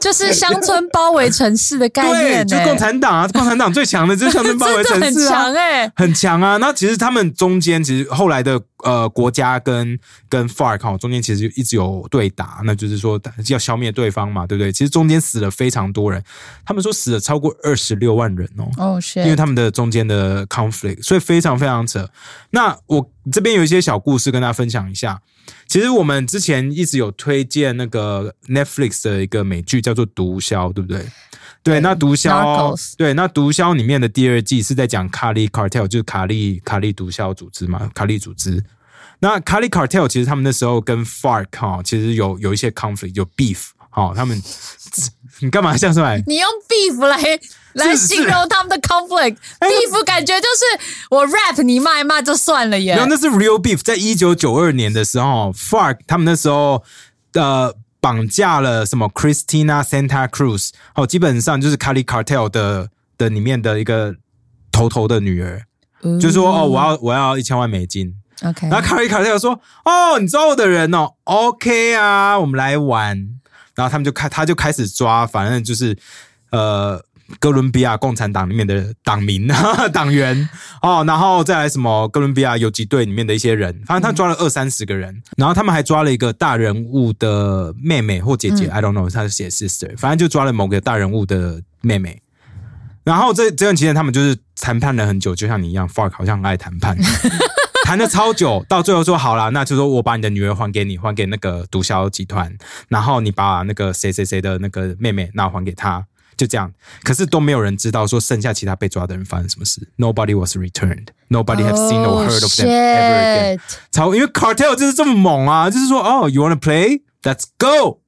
S1: 就是乡村包围城市的概
S2: 对，
S1: 念、
S2: 就
S1: 欸，
S2: 共产党啊，共产党最强的就 是乡村包围
S1: 真
S2: 城
S1: 的很
S2: 市啊
S1: 强，哎、
S2: 很强啊。那其实他们中间其实后来的呃国家跟跟 FARC 哦中间其实一直有对打，那就是说要消灭对方嘛，对不对？其实中间死了非常多人，他们说死了超过二十六万人哦。
S1: 哦、
S2: 因为
S1: shit，
S2: 他们的中间的 conflict，所以非常非常扯。那我这边有一些小故事跟大家分享一下。其实我们之前一直有推荐那个 Netflix 的一个美剧叫做《毒枭》，对不对？对，那毒枭
S1: Narcos，
S2: 对，那毒枭里面的第二季是在讲卡利 cartel，就是卡利卡利毒枭组织嘛，卡利组织。那卡利 cartel 其实他们那时候跟 FARC 哈、其实有有一些 conflict，有 beef 哈、他们 你干嘛笑出来？
S1: 你用 beef 来来
S2: 是哎
S1: 形容他们的 conflict，beef 感觉就是我 rap 你骂一骂就算了耶
S2: 没有，，那是 real beef。在一九九二年的时候，FARC 他们那时候呃绑架了什么 Christina Santa Cruz，哦，基本上就是 Cali Cartel 的的里面的一个头头的女儿，
S3: 嗯
S2: 就是说哦，我要我要一千万美金。
S1: OK，
S2: 然后 Cali Cartel 说哦，你抓我的人哦，OK 啊，我们来玩。然后他们就开他就开始抓，反正就是呃。哥伦比亚共产党里面的党民、 党员哦，然后再来什么哥伦比亚游击队里面的一些人，反正他抓了二三十个人，然后他们还抓了一个大人物的妹妹或姐姐、i don't know，他写 sister，反正就抓了某个大人物的妹妹。然后这这段期间，他们就是谈判了很久，就像你一样，Fark 好像很爱谈 判，谈了超久，到最后说好啦，那就说我把你的女儿还给你，还给那个毒枭集团，然后你把那个谁谁谁的那个妹妹，那还给他，就这样。可是都没有人知道说剩下其他被抓的人发生什么事。Nobody Oh, was returned. Nobody have seen or heard of them ever again.
S1: shit，
S2: 超因为 cartel 就是这么猛啊，就是说哦、y o u wanna play? Let's go.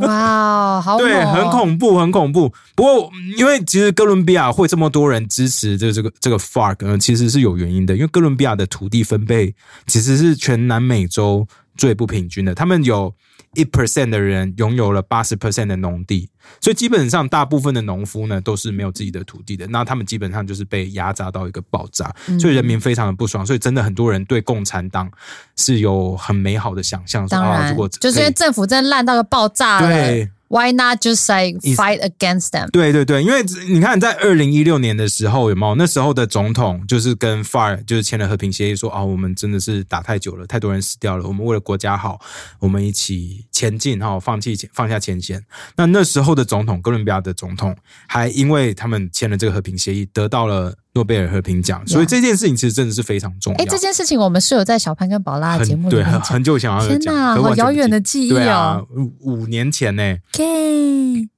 S1: 哇，Oh, 好猛哦、
S2: 对，很恐怖，很恐怖。不过，嗯因为其实哥伦比亚会这么多人支持这这个这个 FARC，呃其实是有原因的，因为哥伦比亚的土地分配其实是全南美洲最不平均的，他们有。一 percent 的人拥有了八十 percent 的农地，所以基本上大部分的农夫呢都是没有自己的土地的。那他们基本上就是被压榨到一个爆炸，
S1: 嗯
S2: 所以人民非常的不爽。所以真的很多人对共产党是有很美好的想象，说
S1: 当
S2: 啊，
S1: 然，
S2: 如果
S1: 就是因
S2: 可
S1: 为
S2: 以
S1: 政府真的烂到个爆炸了。
S2: 对
S1: Why not just like fight against them？
S2: 对对对，因为你看，在二零一六年的时候，有没有那时候的总统就是跟 FAR 就是签了和平协议说，哦，我们真的是打太久了，太多人死掉了，我们为了国家好，我们一起前进哈、哦，放弃前放下前嫌。那那时候的总统，哥伦比亚的总统，还因为他们签了这个和平协议，得到了诺贝尔和平奖，所以
S1: Yeah
S2: 这件事情其实真的是非常重要。
S1: 哎，这件事情我们是有在小潘跟宝拉的
S2: 很
S1: 节目里
S2: 对，
S1: 面
S2: 很
S1: 讲。
S2: 很久以前好像有
S1: 天
S2: 讲，
S1: 哪，
S2: 可是
S1: 好
S2: 完全
S1: 遥
S2: 不
S1: 远
S2: 记
S1: 的记忆
S2: 对啊
S1: 哦。，
S2: 五五年前呢、
S1: OK，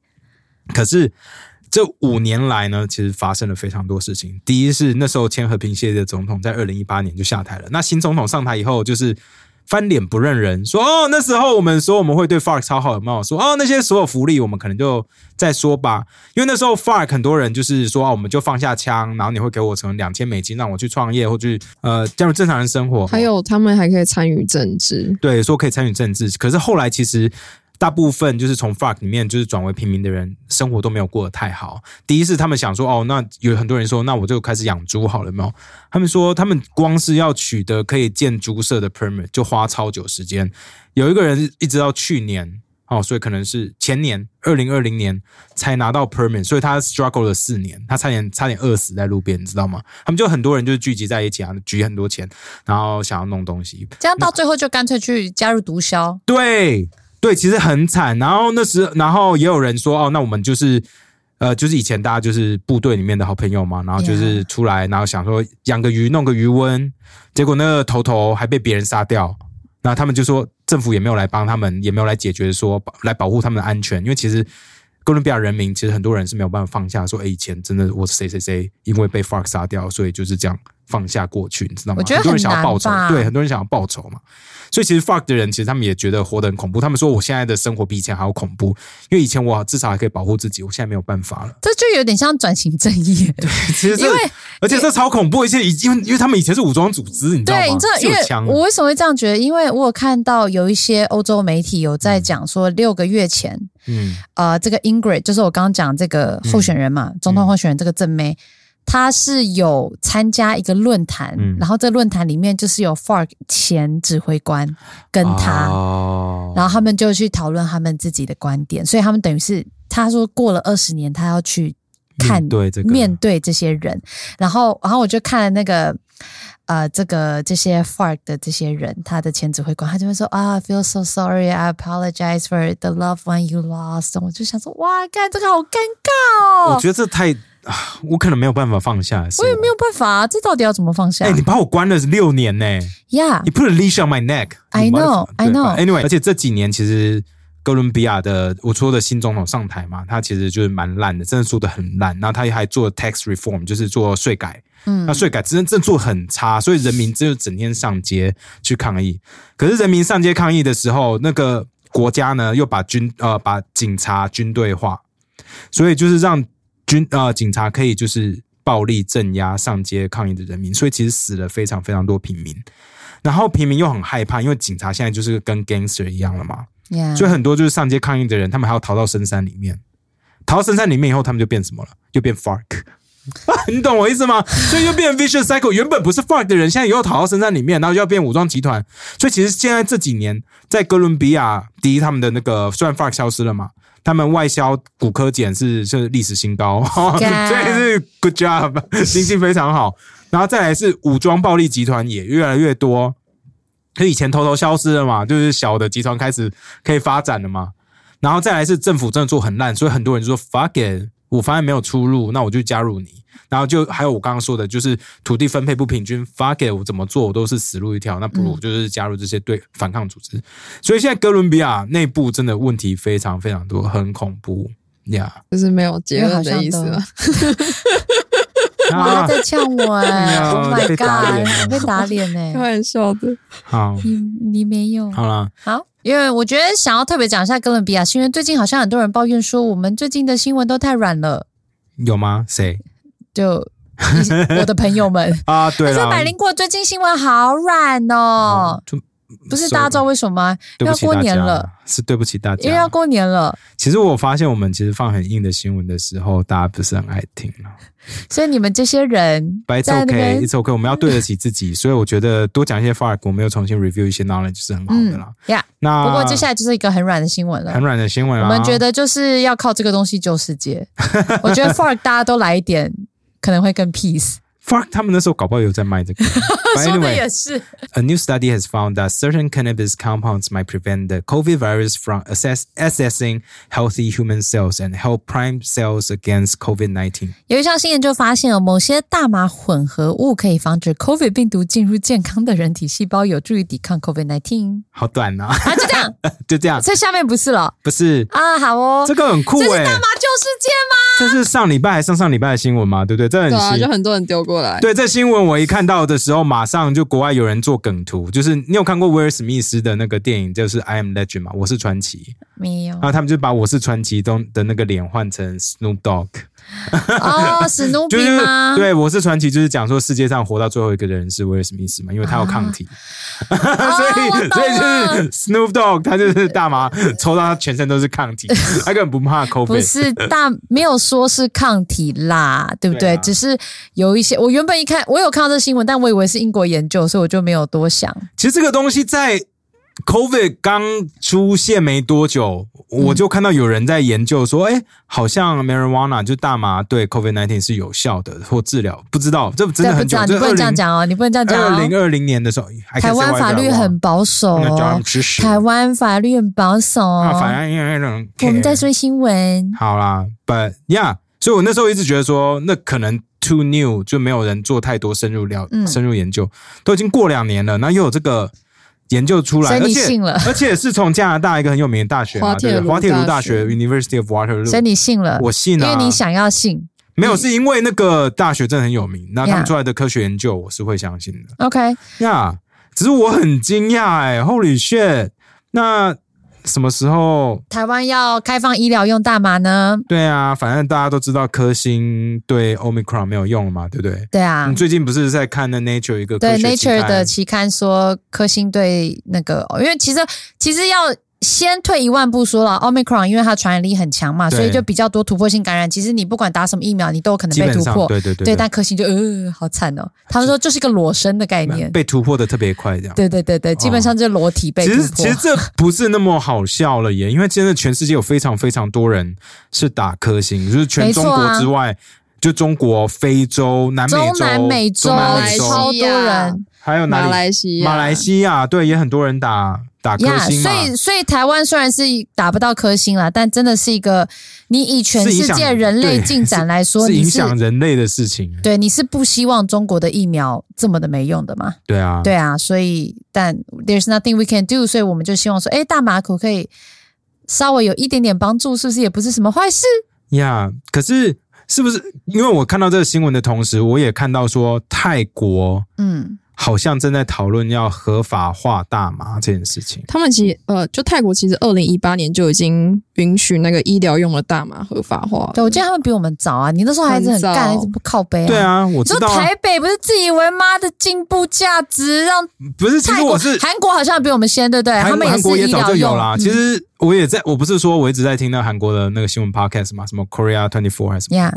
S2: 可是这五年来呢，其实发生了非常多事情。第一是那时候签和平协议的总统在二零一八年就下台了，那新总统上台以后就是。翻脸不认人，说哦，那时候我们说我们会对 FARC 超好，有没有？说哦，那些所有福利我们可能就再说吧，因为那时候 FARC 很多人就是说啊，我们就放下枪，然后你会给我成两千美金，让我去创业或去呃加入正常人生活。
S3: 还有他们还可以参与政治，
S2: 对，说可以参与政治，可是后来其实。大部分就是从 FARC 里面就是转为平民的人，生活都没有过得太好。第一是他们想说，哦，那有很多人说，那我就开始养猪好了，有没有？他们说，他们光是要取得可以建猪舍的 permit 就花超久时间。有一个人一直到去年，哦，所以可能是前年二零二零年才拿到 permit，所以他 struggle 了四年，他差点差点饿死在路边，你知道吗？他们就很多人就是聚集在一起啊，举很多钱，然后想要弄东西。
S1: 这样到最后就干脆去加入毒枭。
S2: 对，对，其实很惨。然后那时，然后也有人说，哦，那我们就是，呃，就是以前大家就是部队里面的好朋友嘛，然后就是
S1: Yeah
S2: 出来，然后想说养个鱼，弄个鱼温，结果那个头头还被别人杀掉。然后他们就说，政府也没有来帮他们，也没有来解决说保来保护他们的安全，因为其实哥伦比亚人民其实很多人是没有办法放下说，哎，以前真的我谁谁谁因为被 FARC 杀掉，所以就是这样放下过去，你知道吗？
S1: 我觉得
S2: 很多人
S1: 很
S2: 想要
S1: 难
S2: 报仇，
S1: 吧
S2: 对，很多人想要报仇嘛。所以其实 fuck 的人，其实他们也觉得活得很恐怖。他们说我现在的生活比以前还要恐怖，因为以前我至少还可以保护自己，我现在没有办法了。
S1: 这就有点像转型正义。
S2: 其实这
S1: 因为，
S2: 而且这超恐怖，而且因为因为他们以前是武装组织，你知道
S1: 对，
S2: 吗
S1: 你知？道，
S2: 是
S1: 因
S2: 有枪
S1: 为我为什么会这样觉得？因为我有看到有一些欧洲媒体有在讲说，六个月前，
S2: 嗯
S1: 呃，这个 Ingrid 就是我刚刚讲这个候选人嘛，总统候选人这个正妹，她是有参加一个论坛，
S2: 嗯
S1: 然后这论坛里面就是有 FARC 前指挥官跟他，
S2: 哦
S1: 然后他们就去讨论他们自己的观点，所以他们等于是他说过了二十年，他要去看
S2: 面对这个
S1: 面对这些人，然后然后我就看了那个。呃，这个这些 FARC 的这些人，他的前指挥官，他就会说啊、f e e l so sorry, I apologize for the loved one you lost。我就想说，哇，干这个好尴尬
S2: 我
S1: 哦
S2: 觉，得这太，啊我可能没有办法放下。是
S1: 我也没有办法、啊，这到底要怎么放下、
S2: 哎、你把我关了六年呢、
S1: ？Yeah，
S2: 你 put a leash on my neck.
S1: I know, I know.
S2: but Anyway，而且这几年其实哥伦比亚的我说的新总统上台嘛，他其实就是蛮烂的，真的做的很烂。然后他也还做 tax reform，就是做税改。
S1: 嗯
S2: 那税改真的真的做得很差，所以人民就整天上街去抗议。可是人民上街抗议的时候，那个国家呢又把军呃把警察军队化，所以就是让军呃警察可以就是暴力镇压上街抗议的人民，所以其实死了非常非常多平民。然后平民又很害怕，因为警察现在就是跟 gangster 一样了嘛，
S1: ，Yeah，
S2: 所以很多就是上街抗议的人，他们还要逃到深山里面。逃到深山里面以后，他们就变什么了？就变 FARC。你懂我意思吗？所以就变 vicious cycle。原本不是 FARC 的人，现在又逃到深山里面，然后又要变武装集团。所以其实现在这几年，在哥伦比亚，第一他们的那个虽然 FARC 消失了嘛，他们外销骨科检是是历史新高，所
S1: 干
S2: 以是 good job，经济非常好。然后再来是武装暴力集团也越来越多，可是以前头头消失了嘛，就是小的集团开始可以发展了嘛。然后再来是政府真的做很烂，所以很多人就说 fuck it，我发现没有出路，那我就加入你。然后就还有我刚刚说的，就是土地分配不平均，fuck it，我怎么做我都是死路一条，那不如
S1: 嗯
S2: 我就是加入这些对反抗组织。所以现在哥伦比亚内部真的问题非常非常多，很恐怖 呀。
S3: 就是没有结
S1: 因为好
S3: 论的
S1: 像
S3: 意思啊
S1: 都
S3: 了。
S1: 哇，他
S2: 啊，
S1: 在呛我
S2: 哎
S1: 哎、
S2: 呀
S1: o h my
S2: 被打脸
S1: God，
S2: 了
S1: 你被打脸 哎、
S3: 开玩笑的，
S2: 好，
S1: 你你没有，
S2: 好了，
S1: 好，因为我觉得想要特别讲一下哥伦比亚，是因为最近好像很多人抱怨说，我们最近的新闻都太软了，
S2: 有吗？谁
S1: 就我的朋友们。
S2: 啊？对
S1: 他说
S2: 了，
S1: 百灵果最近新闻好软哦，
S2: 就
S1: 不是大家知道为什么吗？
S2: 对不起
S1: 要过
S2: 大家
S1: 年了，
S2: 是对不起大家，
S1: 因为要过年了，
S2: 其实我发现，我们其实放很硬的新闻的时候，大家不是很爱听了。
S1: 所以你们这些人
S2: But it's
S1: 在那
S2: okay,
S1: 边
S2: it's okay，我们要对得起自己，所以我觉得多讲一些 FARC，我们又重新 review 一些 knowledge 是很好的啦。
S1: 呀。
S2: 那
S1: 不过接下来就是一个很软的新闻了
S2: 啊很。软的新闻
S1: 我
S2: 啦，
S1: 们觉得就是要靠这个东西救世界。我觉得 f o r 大家都来一点，可能会更 peace。
S2: FARC 他们那时候搞不好有在卖这 个。But
S1: 说的
S2: anyway,
S1: 也是，
S2: a new study has found that certain cannabis compounds might prevent the COVID virus from access, accessing healthy human cells and help prime cells against COVID-19.
S1: 有一项新研究发现，哦，某些大麻混合物可以防止 COVID 病毒进入健康的人体细胞，有助于抵抗 COVID-19。
S2: 好短啊，
S1: 啊，就这样，
S2: 就这样，
S1: 所以下面不是了
S2: 不是
S1: 啊，好哦，
S2: 这个很酷
S1: 这是
S2: 哎、
S1: 大麻救世界
S2: 这是上礼拜还上上礼拜的新闻嘛，对不对？这很
S3: 对
S2: 新。
S3: 啊，就很多人丢过来。
S2: 对，这新闻我一看到的时候，马上就国外有人做梗图，就是你有看过威尔史密斯的那个电影，就是《I Am Legend》嘛，《我是传奇》，
S1: 吗？没有
S2: 然后他们就把《我是传奇》中的那个脸换成 Snoop Dogg，
S1: 哦，史努
S2: 就
S1: 比
S2: 是
S1: 吗？
S2: 对，《我是传奇》就是讲说世界上活到最后一个人是威尔史密斯嘛，因为他有抗体，
S1: 哦，
S2: 所以
S1: 我懂
S2: 所以
S1: 了
S2: 就是 Snoop Dogg 他就是大麻抽到他全身都是抗体，他根本不怕 COVID，
S1: 不是大没有说是抗体啦， 对不对？
S2: 对啊
S1: 只是有一些，我原本一看我有看到这新闻，但我以为是英国研究，所以我就没有多想。
S2: 其实这个东西在 COVID 刚出现没多久，
S1: 嗯
S2: 我就看到有人在研究说，哎、好像 marijuana 就大麻对 COVID nineteen 是有效的或治疗，不知道这真
S1: 这
S2: 的
S1: 不
S2: 很
S1: 这，
S2: 久
S1: 样，你
S2: 这
S1: 不能这样讲哦，你不能这样讲
S2: 二零
S1: 哦。
S2: 二零年的时候，I can say
S1: 台湾
S2: whatever
S1: 法
S2: I
S1: 律
S2: want
S1: 很保守
S2: I'm not
S1: 哦
S2: dumb，，指使
S1: 台湾法律很保守
S2: 啊，
S1: 哦。
S2: 反正因为那种
S1: 我们在追新闻，
S2: 好啦，But yeah，所以我那时候一直觉得说，那可能 too new，就没有人做太多深入了、
S1: 嗯
S2: 深入研究，都已经过两年了，那又有这个研究出
S1: 所
S2: 来，
S1: 以
S2: 而
S1: 你
S2: 且
S1: 信了，
S2: 而且是从加拿大一个很有名的大学嘛，
S3: 滑铁
S2: 对
S3: 卢
S2: 不对？滑铁卢大学
S3: 大学
S2: University of
S1: 所以
S2: Waterloo，
S1: 你信了，
S2: 我信
S1: 因
S2: 啊，
S1: 为你想要信。
S2: 没有
S1: 你
S2: 是因为那个大学真的很有名，那他们
S1: Yeah
S2: 出来的科学研究我是会相信的。
S1: OK，
S2: 呀只是我很惊讶哎，Holy shit！那什么时候？
S1: 台湾要开放医疗用大麻呢？
S2: 对啊，反正大家都知道科兴对 Omicron 没有用了嘛，对不对？
S1: 对啊
S2: 你，最近不是在看那 Nature 一个科
S1: 对
S2: 学期刊
S1: Nature 的期刊说科兴对那个，哦因为其实其实要。先退一万步说了，Omicron 因为它传染力很强嘛，
S2: 对
S1: 所以就比较多突破性感染。其实你不管打什么疫苗，你都有可能
S2: 基
S1: 被
S2: 本
S1: 突
S2: 上
S1: 破。
S2: 对对对
S1: 但科兴就呃，好惨哦。他们说就是个裸身的概念。
S2: 被突破的特别快，这样。
S1: 对对对对，基本上就是裸体被
S2: 哦其
S1: 突
S2: 实
S1: 破。
S2: 其实这不是那么好笑了耶，因为真的全世界有非常非常多人是打科兴，就是全
S1: 没
S2: 中
S1: 错啊
S2: 国之外，就中国、非洲、南美洲、
S1: 中南美洲哎
S2: 中南美洲
S1: 啊超多人，
S2: 还有哪里？
S3: 马来西亚，
S2: 马来西亚对，也很多人打打科
S1: 呀
S2: 兴嘛
S1: 所以所以台湾虽然是打不到科兴啦，但真的是一个你以全
S2: 是影
S1: 世
S2: 响
S1: 界人类
S2: 对
S1: 进展来说，
S2: 是
S1: 你
S2: 影
S1: 是
S2: 响人类的事情。
S1: 对你是不希望中国的疫苗这么的没用的嘛？
S2: 对啊，
S1: 对啊，所以但 there's nothing we can do，所以我们就希望说，哎，大麻可不可以稍微有一点点帮助，是不是也不是什么坏事？
S2: 呀可是是不是因为我看到这个新闻的同时，我也看到说泰国
S1: 嗯，
S2: 好像正在讨论要合法化大麻这件事情。
S3: 他们其实呃，就泰国其实二零一八年就已经允许那个医疗用的大麻合法化了。
S1: 对，我觉得他们比我们早啊，你那时候还是很
S3: 很早
S1: 干，一直不靠背啊。
S2: 对。啊，我
S1: 你
S2: 知
S1: 说
S2: 道啊，
S1: 台北不是自以为妈的进步价值，让
S2: 不是，其
S1: 泰
S2: 实
S1: 国
S2: 我是、
S1: 韩国好像比我们先，对不对？
S2: 韩
S1: 他们
S2: 韩
S1: 是
S2: 国也
S1: 医
S2: 早
S1: 疗
S2: 就有
S1: 用嗯
S2: 啦。其实我也在，我不是说我一直在听那韩国的那个新闻 podcast 嘛，什么 Korea Twenty Four 还是什
S1: 嗯
S2: 么。
S1: 呀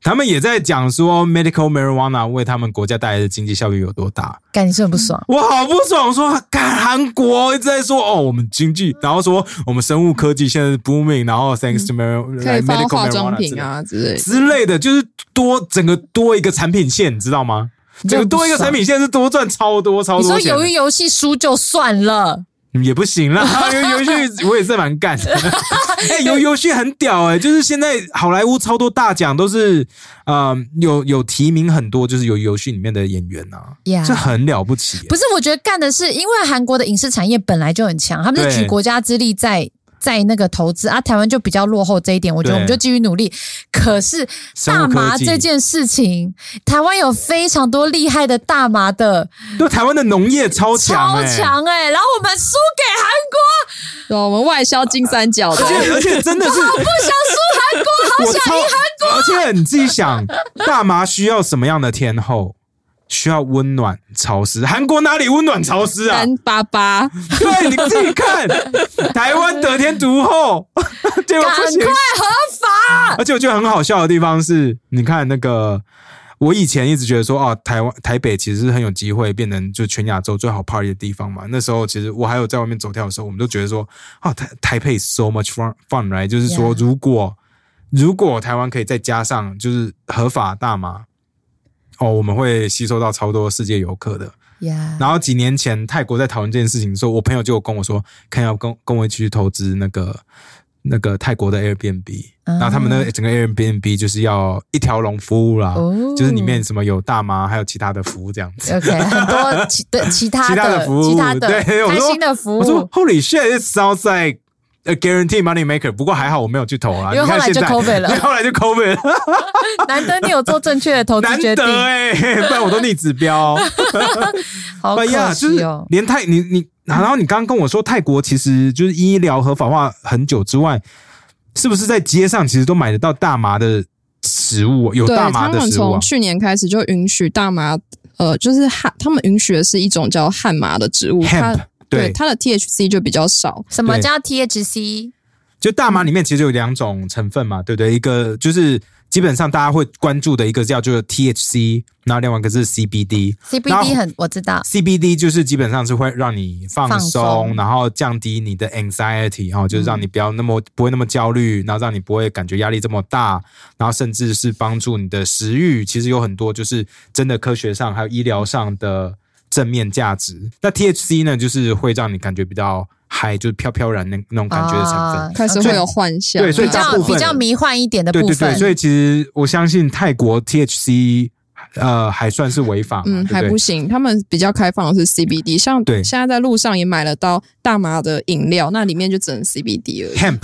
S2: 他们也在讲说 medical marijuana 为他们国家带来的经济效益有多大。
S1: 干你是很不爽。
S2: 我好不爽说，啊看韩国一直在说哦，我们经济，然后说我们生物科技现在是 booming，然后 thanks to mar、
S1: 嗯
S3: 可以
S2: like
S3: 放
S2: medical
S3: 化妆
S2: marijuana
S3: 品啊之类
S2: 之类
S3: 的。
S2: 的之类的，就是多整个多一个产品线，你知道吗？
S1: 你
S2: 整
S1: 就很
S2: 嗯个
S1: 不
S2: 多一个
S1: 爽
S2: 产品线是多赚超多超
S1: 你
S2: 多
S1: 说
S2: 钱
S1: 鱿鱼
S2: 的，
S1: 游戏输就算了，
S2: 也不行啦， 游游戏我也是蛮干 的。哎、游游戏很屌哎、就是现在好莱坞超多大奖都是，呃，有有提名很多，就是游游戏里面的演员啊，
S1: 呀
S2: 这很了不起、欸。
S1: 不是？我觉得干的是，因为韩国的影视产业本来就很强，他们是
S2: 对
S1: 举国家之力在。在那个投资啊，台湾就比较落后这一点，我觉得
S2: 对
S1: 我们就继续努力。可是
S2: 生物
S1: 大
S2: 科
S1: 麻
S2: 技
S1: 这件事情，台湾有非常多厉害的大麻的，
S2: 对，台湾的农业超
S1: 超
S2: 强、欸，
S1: 强哎、然后我们输给韩国，
S3: 对，啊我们外销金三角的
S2: 而，且而且啊真的是，
S1: 不想输韩国，
S2: 我
S1: 好想
S2: 超
S1: 赢韩。，
S2: 而且你自己想，大麻需要什么样的天候？需要温暖潮湿，韩国哪里温暖潮湿啊？
S3: 三八八，
S2: 对，你自己看，台湾得天独厚， 结果
S1: 赶
S2: 不行
S1: 快。合 法！
S2: 而且我觉得很好笑的地方是，你看那个，我以前一直觉得说，哦，台湾台北其实是很有机会变成就全亚洲最好 party 的地方嘛。那时候其实我还有在外面走跳的时候，我们都觉得说，哦，台台北 so much fun fun right，就是说
S1: Yeah
S2: 如果如果台湾可以再加上就是合法大麻。哦，我们会吸收到超多世界游客的。
S1: 呀，
S2: 然后几年前泰国在讨论这件事情的时候，我朋友就有跟我说，看要跟跟我一起去投资那个那个泰国的 Airbnb，、
S1: 嗯
S2: 然后他们那个整个 Airbnb 就是要一条龙服务啦，
S1: 哦
S2: 就是里面什么有大麻，还有其他的服务这样 子。
S1: OK，很多其的其他
S2: 其他的
S1: 的
S2: 服务
S1: 其他的
S2: 对我
S1: 开
S2: 说
S1: 心的服
S2: 我说
S1: 务，
S2: Holy shit，it sounds like a guarantee money maker。不过还好我没有去投啦，
S1: 因为
S2: 你看
S1: 后来就
S2: 现在
S1: COVID 了
S2: 因为后来就 COVID 了，
S1: 难得你有做正确的投资
S2: 难
S1: 决定，
S2: 得哎、 不然我都逆 指标。
S1: 好
S2: 哎呀，
S1: 可
S2: 就
S1: 惜
S2: 是
S1: 哦。
S2: 连泰你你，然后你刚刚跟我说泰国其实就是医疗合法化很久之外，是不是在街上其实都买得到大麻的食物，有
S3: 对
S2: 大
S3: 他
S2: 麻的
S3: 们
S2: 食物、啊
S3: 从？去年开始就允许大麻，呃，就是汉，他们允许的是一种叫汉麻的植物，它
S2: Hemp，
S3: 对
S2: 对，
S3: 它的 THC 就比较少，
S1: 什么叫 THC？
S2: 就大麻里面其实有两种成分嘛，对不对？一个就是基本上大家会关注的一个叫就是 THC，然后另外一个是 CBD。
S1: CBD 很我知道，
S2: CBD 就是基本上是会让你放
S1: 放
S2: 松，
S1: 松
S2: 然后降低你的 anxiety，然后就是让你不要那么、不会那么焦虑，然后让你不会感觉压力这么大，然后甚至是帮助你的食欲。其实有很多就是真的科学上还有医疗上的正面价值。那 THC 呢，就是会让你感觉比较嗨，就是飘飘然那那种感觉的成分。
S1: 啊
S3: 开始会有幻想，
S2: 对所以
S1: 比
S3: 然后
S2: 大部
S1: 较
S2: 分
S1: 比较迷幻一点的
S2: 对
S1: 部
S2: 对对，
S1: 分，
S2: 所以其实我相信泰国 THC 呃还算是违法嘛，
S3: 嗯
S2: 对
S3: 还
S2: 对
S3: 不行，他们比较开放的是 CBD，像
S2: 对
S3: 现在在路上也买得到大麻的饮料，那里面就只能 CBD 而已。
S2: hemp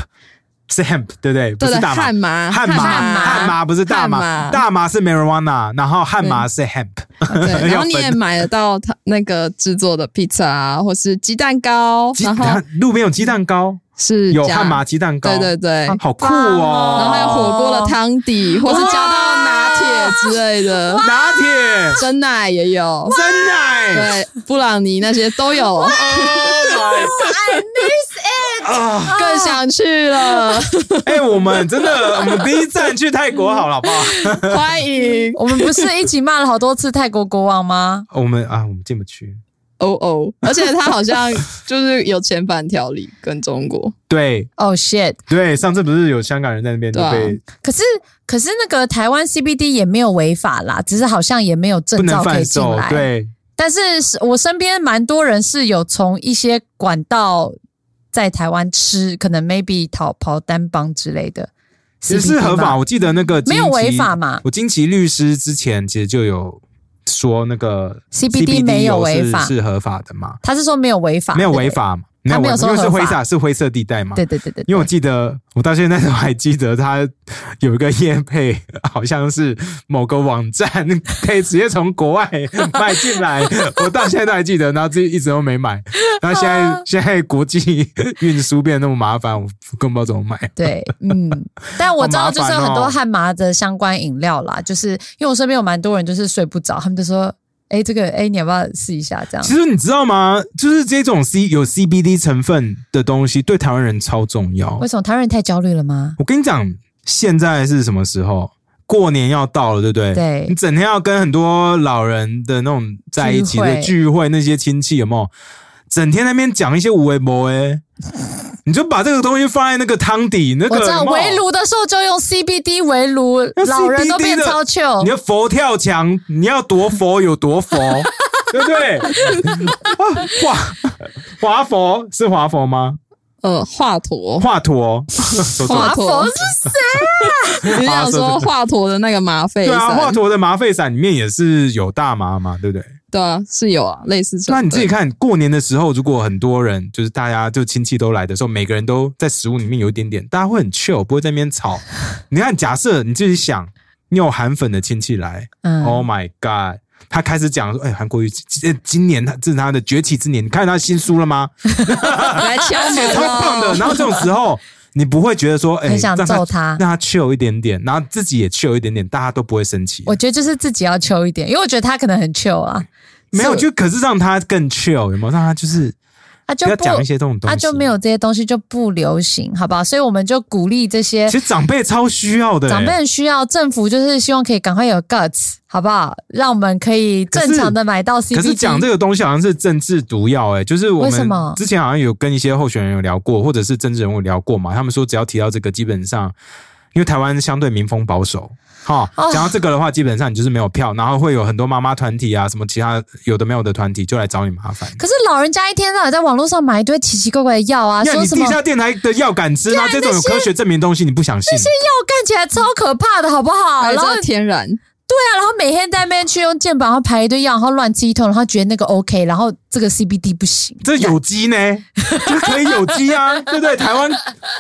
S2: 是 hemp 对不对？不
S3: 对
S2: 是
S3: 对，
S2: 大麻
S3: 汉。麻，
S2: 悍
S1: 麻
S2: 马，悍
S1: 悍
S2: 马不是大麻，
S3: 悍马
S2: 大麻是 marijuana，然后悍马是 hemp，
S3: 对，然
S2: 要
S3: 后你
S2: 分
S3: 也买得到它那个制作的披萨啊，或是鸡蛋糕，
S2: 鸡
S3: 然后
S2: 蛋路边有鸡蛋糕，
S3: 是
S2: 有
S3: 加
S2: 悍马，鸡蛋糕，
S3: 对对对，
S2: 好酷
S1: 棒
S2: 哦
S1: 哦！
S3: 然后还有火锅的汤底，或是加到拿铁之类的，
S2: 拿铁、
S3: 真奶也有，
S2: 真奶
S3: 对，布朗尼那些都有，
S1: I miss it
S2: 啊！
S3: 更想 去了，
S2: 哎，我们真的，我们第一站去泰国好了，好 不好？
S3: 欢迎，
S1: 我们不是一起骂了好多次泰国国王吗？
S2: 我们啊，我们进不去。
S3: 哦哦，而且他好像就是有遣返条例跟中国，
S2: 对
S1: 哦、shit！
S2: 对，上次不是有香港人在那边就
S3: 对啊
S2: 被
S1: 可是可是那个台湾 CBD 也没有违法啦，只是好像也没有
S2: 不
S1: 证
S2: 能
S1: 照可
S2: 贩
S1: 以进
S2: 售，
S1: 来。，
S2: 对
S1: 但是是我身边蛮多人是有从一些管道在台湾吃，可能 maybe 逃跑单帮之类的，
S2: 其实是
S1: CBD
S2: 合
S1: 嘛
S2: 法。。我记得那个
S1: 没有
S2: 金
S1: 违
S2: 奇
S1: 法嘛
S2: 我金奇律师之前其实就有说那个
S1: CBD 没有
S2: 油是
S1: 违法
S2: 是合法的嘛，
S1: 他是说没有违法，
S2: 没有
S1: 对不对
S2: 违。法嘛，
S1: 他
S2: 没
S1: 没有
S2: 违法
S1: 说
S2: 因为是
S1: 合
S2: 灰
S1: 法
S2: 色是灰色地带嘛。
S1: 对对对对，
S2: 因为我记得，我到现在都还记得他有一个业配，好像是某个网站可以直接从国外买 进来，我到现在都还记得，然后自己一直都没买。然后 现在现在国际运输变得那么麻烦，我更不知道怎么买。
S1: 对，嗯，但我知道就是有很
S2: 好麻烦哦
S1: 多汉麻的相关饮料啦，就是因为我身边有蛮多人就是睡不着，他们就说，哎、这个，哎、你要不要试一下？这样
S2: 其，实你知道吗？就是这种 C 有 CBD 成分的东西，对台湾人超重要
S1: 为。什么台湾人太焦虑了吗？
S2: 我跟你讲，现在是什么时候？过年要到了，对不对？
S1: 对
S2: 你整天要跟很多老人的那种在一起的聚会，那些亲戚有没有？整天在那边讲一些无为博哎，你就把这个东西放在那个汤底，那个
S1: 我知道
S2: 有没有
S1: 围炉的时候就用 CBD 围炉，
S2: 那
S1: 老人都
S2: CBD
S1: 变
S2: 的
S1: 超
S2: 你
S1: chill。
S2: 的佛跳墙，你要多佛有 多佛，对不对？ 啊哇，华华佛是华佛吗？
S3: 呃，华佗，
S2: 华 佗，说哦错了
S3: 华
S1: 华佛
S3: 佗
S1: 是谁？
S3: 你想说华佗的那个麻沸
S2: 对啊，华
S3: 散，
S2: 佗的麻沸散里面也是有大麻嘛，对不对？
S3: 对啊，是有啊，类似这
S2: 那
S3: 样。
S2: 你自己看，过年的时候，如果很多人，就是大家就亲戚都来的时候，每个人都在食物里面有一点点，大家会很 chill，不会在那边 吵。你看，假设你自己想，你有韩粉的亲戚来、
S1: 嗯
S2: o h my god，他开始讲说，哎、韩国瑜今今年他这是他的崛起之年，你看他新书 了吗？
S3: 来敲门 啊
S2: 超
S1: 哦
S2: 棒的。
S3: 了，
S2: 然后这种时候，你不会觉得说，哎、
S1: 很想
S2: 让
S1: 揍他，
S2: 他让他 chill 一点点，然后自己也 chill 一点点，大家都不会生气。
S1: 我觉得就是自己要 chill 一点，因为我觉得他可能很 chill
S2: 嗯
S1: 啊，
S2: 没有，
S1: 是
S2: 就可是让他更 chill，有没有？让他就是
S1: 他
S2: 不
S1: 就
S2: 要
S1: 不
S2: 讲一些这种东西，
S1: 他就没有这些东西就不流行，好不好？所以我们就鼓励这些
S2: 其实长辈超需要的、欸，
S1: 长辈很需要，政府就是希望可以赶快有 guts，好不好？让我们可以正常的买到 CBD。
S2: 可是讲这个东西好像是政治毒药，哎，就是我
S1: 为什
S2: 们
S1: 么
S2: 之前好像有跟一些候选人有聊过，或者是政治人物有聊过嘛，他们说只要提到这个，基本上因为台湾相对民风保守。哈，
S1: 哦
S2: 讲到这个的话，基本上你就是没有票，然后会有很多妈妈团体啊，什么其他有的没有的团体就来找你麻烦。
S1: 可是老人家一天到晚在网络上买一堆奇奇怪怪的药啊，
S2: 呀，
S1: 说
S2: 你
S1: 什
S2: 地
S1: 么啊
S2: 下电台的药敢吃，啊然后这种有科学证明的东西你不相信？
S1: 药干起来超可怕的，好不
S2: 哎
S1: 好？
S3: 还
S1: 然后
S3: 这天然，
S1: 对啊，然后每天在那边去用健保，然后排一堆药，然后乱吃一通，然后觉得那个 OK，然后这个 CBD 不行。
S2: 这有机呢， 就可以有机啊，对不对？台湾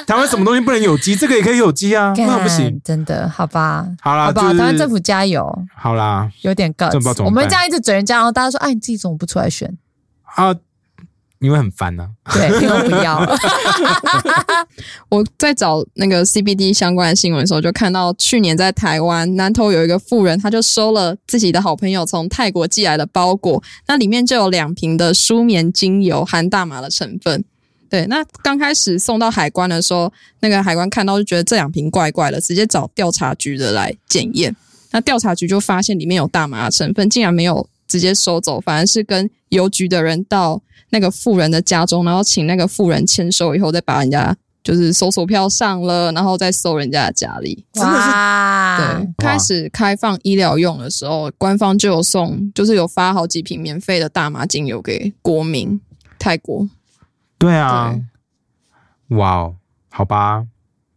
S2: 台湾什么东西不能有机？这个也可以有机啊，
S1: 干
S2: 那不行。，
S1: 真的好吧？
S2: 好啦
S1: 好不好？
S2: 就是
S1: 台湾政府加油，
S2: 好啦，
S1: 有点
S2: 真不知道
S1: guts。
S2: 怎么办
S1: 我们这样一直嘴人家，然后大家说：“哎，你自己怎么不出来选
S2: 啊，你会很烦啊呐、？”
S1: 对，不用不要。
S3: 我在找那个 CBD 相关的新闻的时候，就看到去年在台湾南投有一个富人，他就收了自己的好朋友从泰国寄来的包裹，那里面就有两瓶的舒眠精油含大麻的成分。对，那刚开始送到海关的时候，那个海关看到就觉得这两瓶怪怪的，直接找调查局的来检验。那调查局就发现里面有大麻的成分，竟然没有直接收走，反而是跟邮局的人到那个富人的家中，然后请那个富人签收以后，再把人家就是搜索票上了，然后再搜人家的家里。
S2: 真的是
S1: 哇
S3: 对，，啊开始开放医疗用的时候，官方就有送，就是有发好几瓶免费的大麻精油给国民泰国。
S2: 对啊，哇哦，好吧，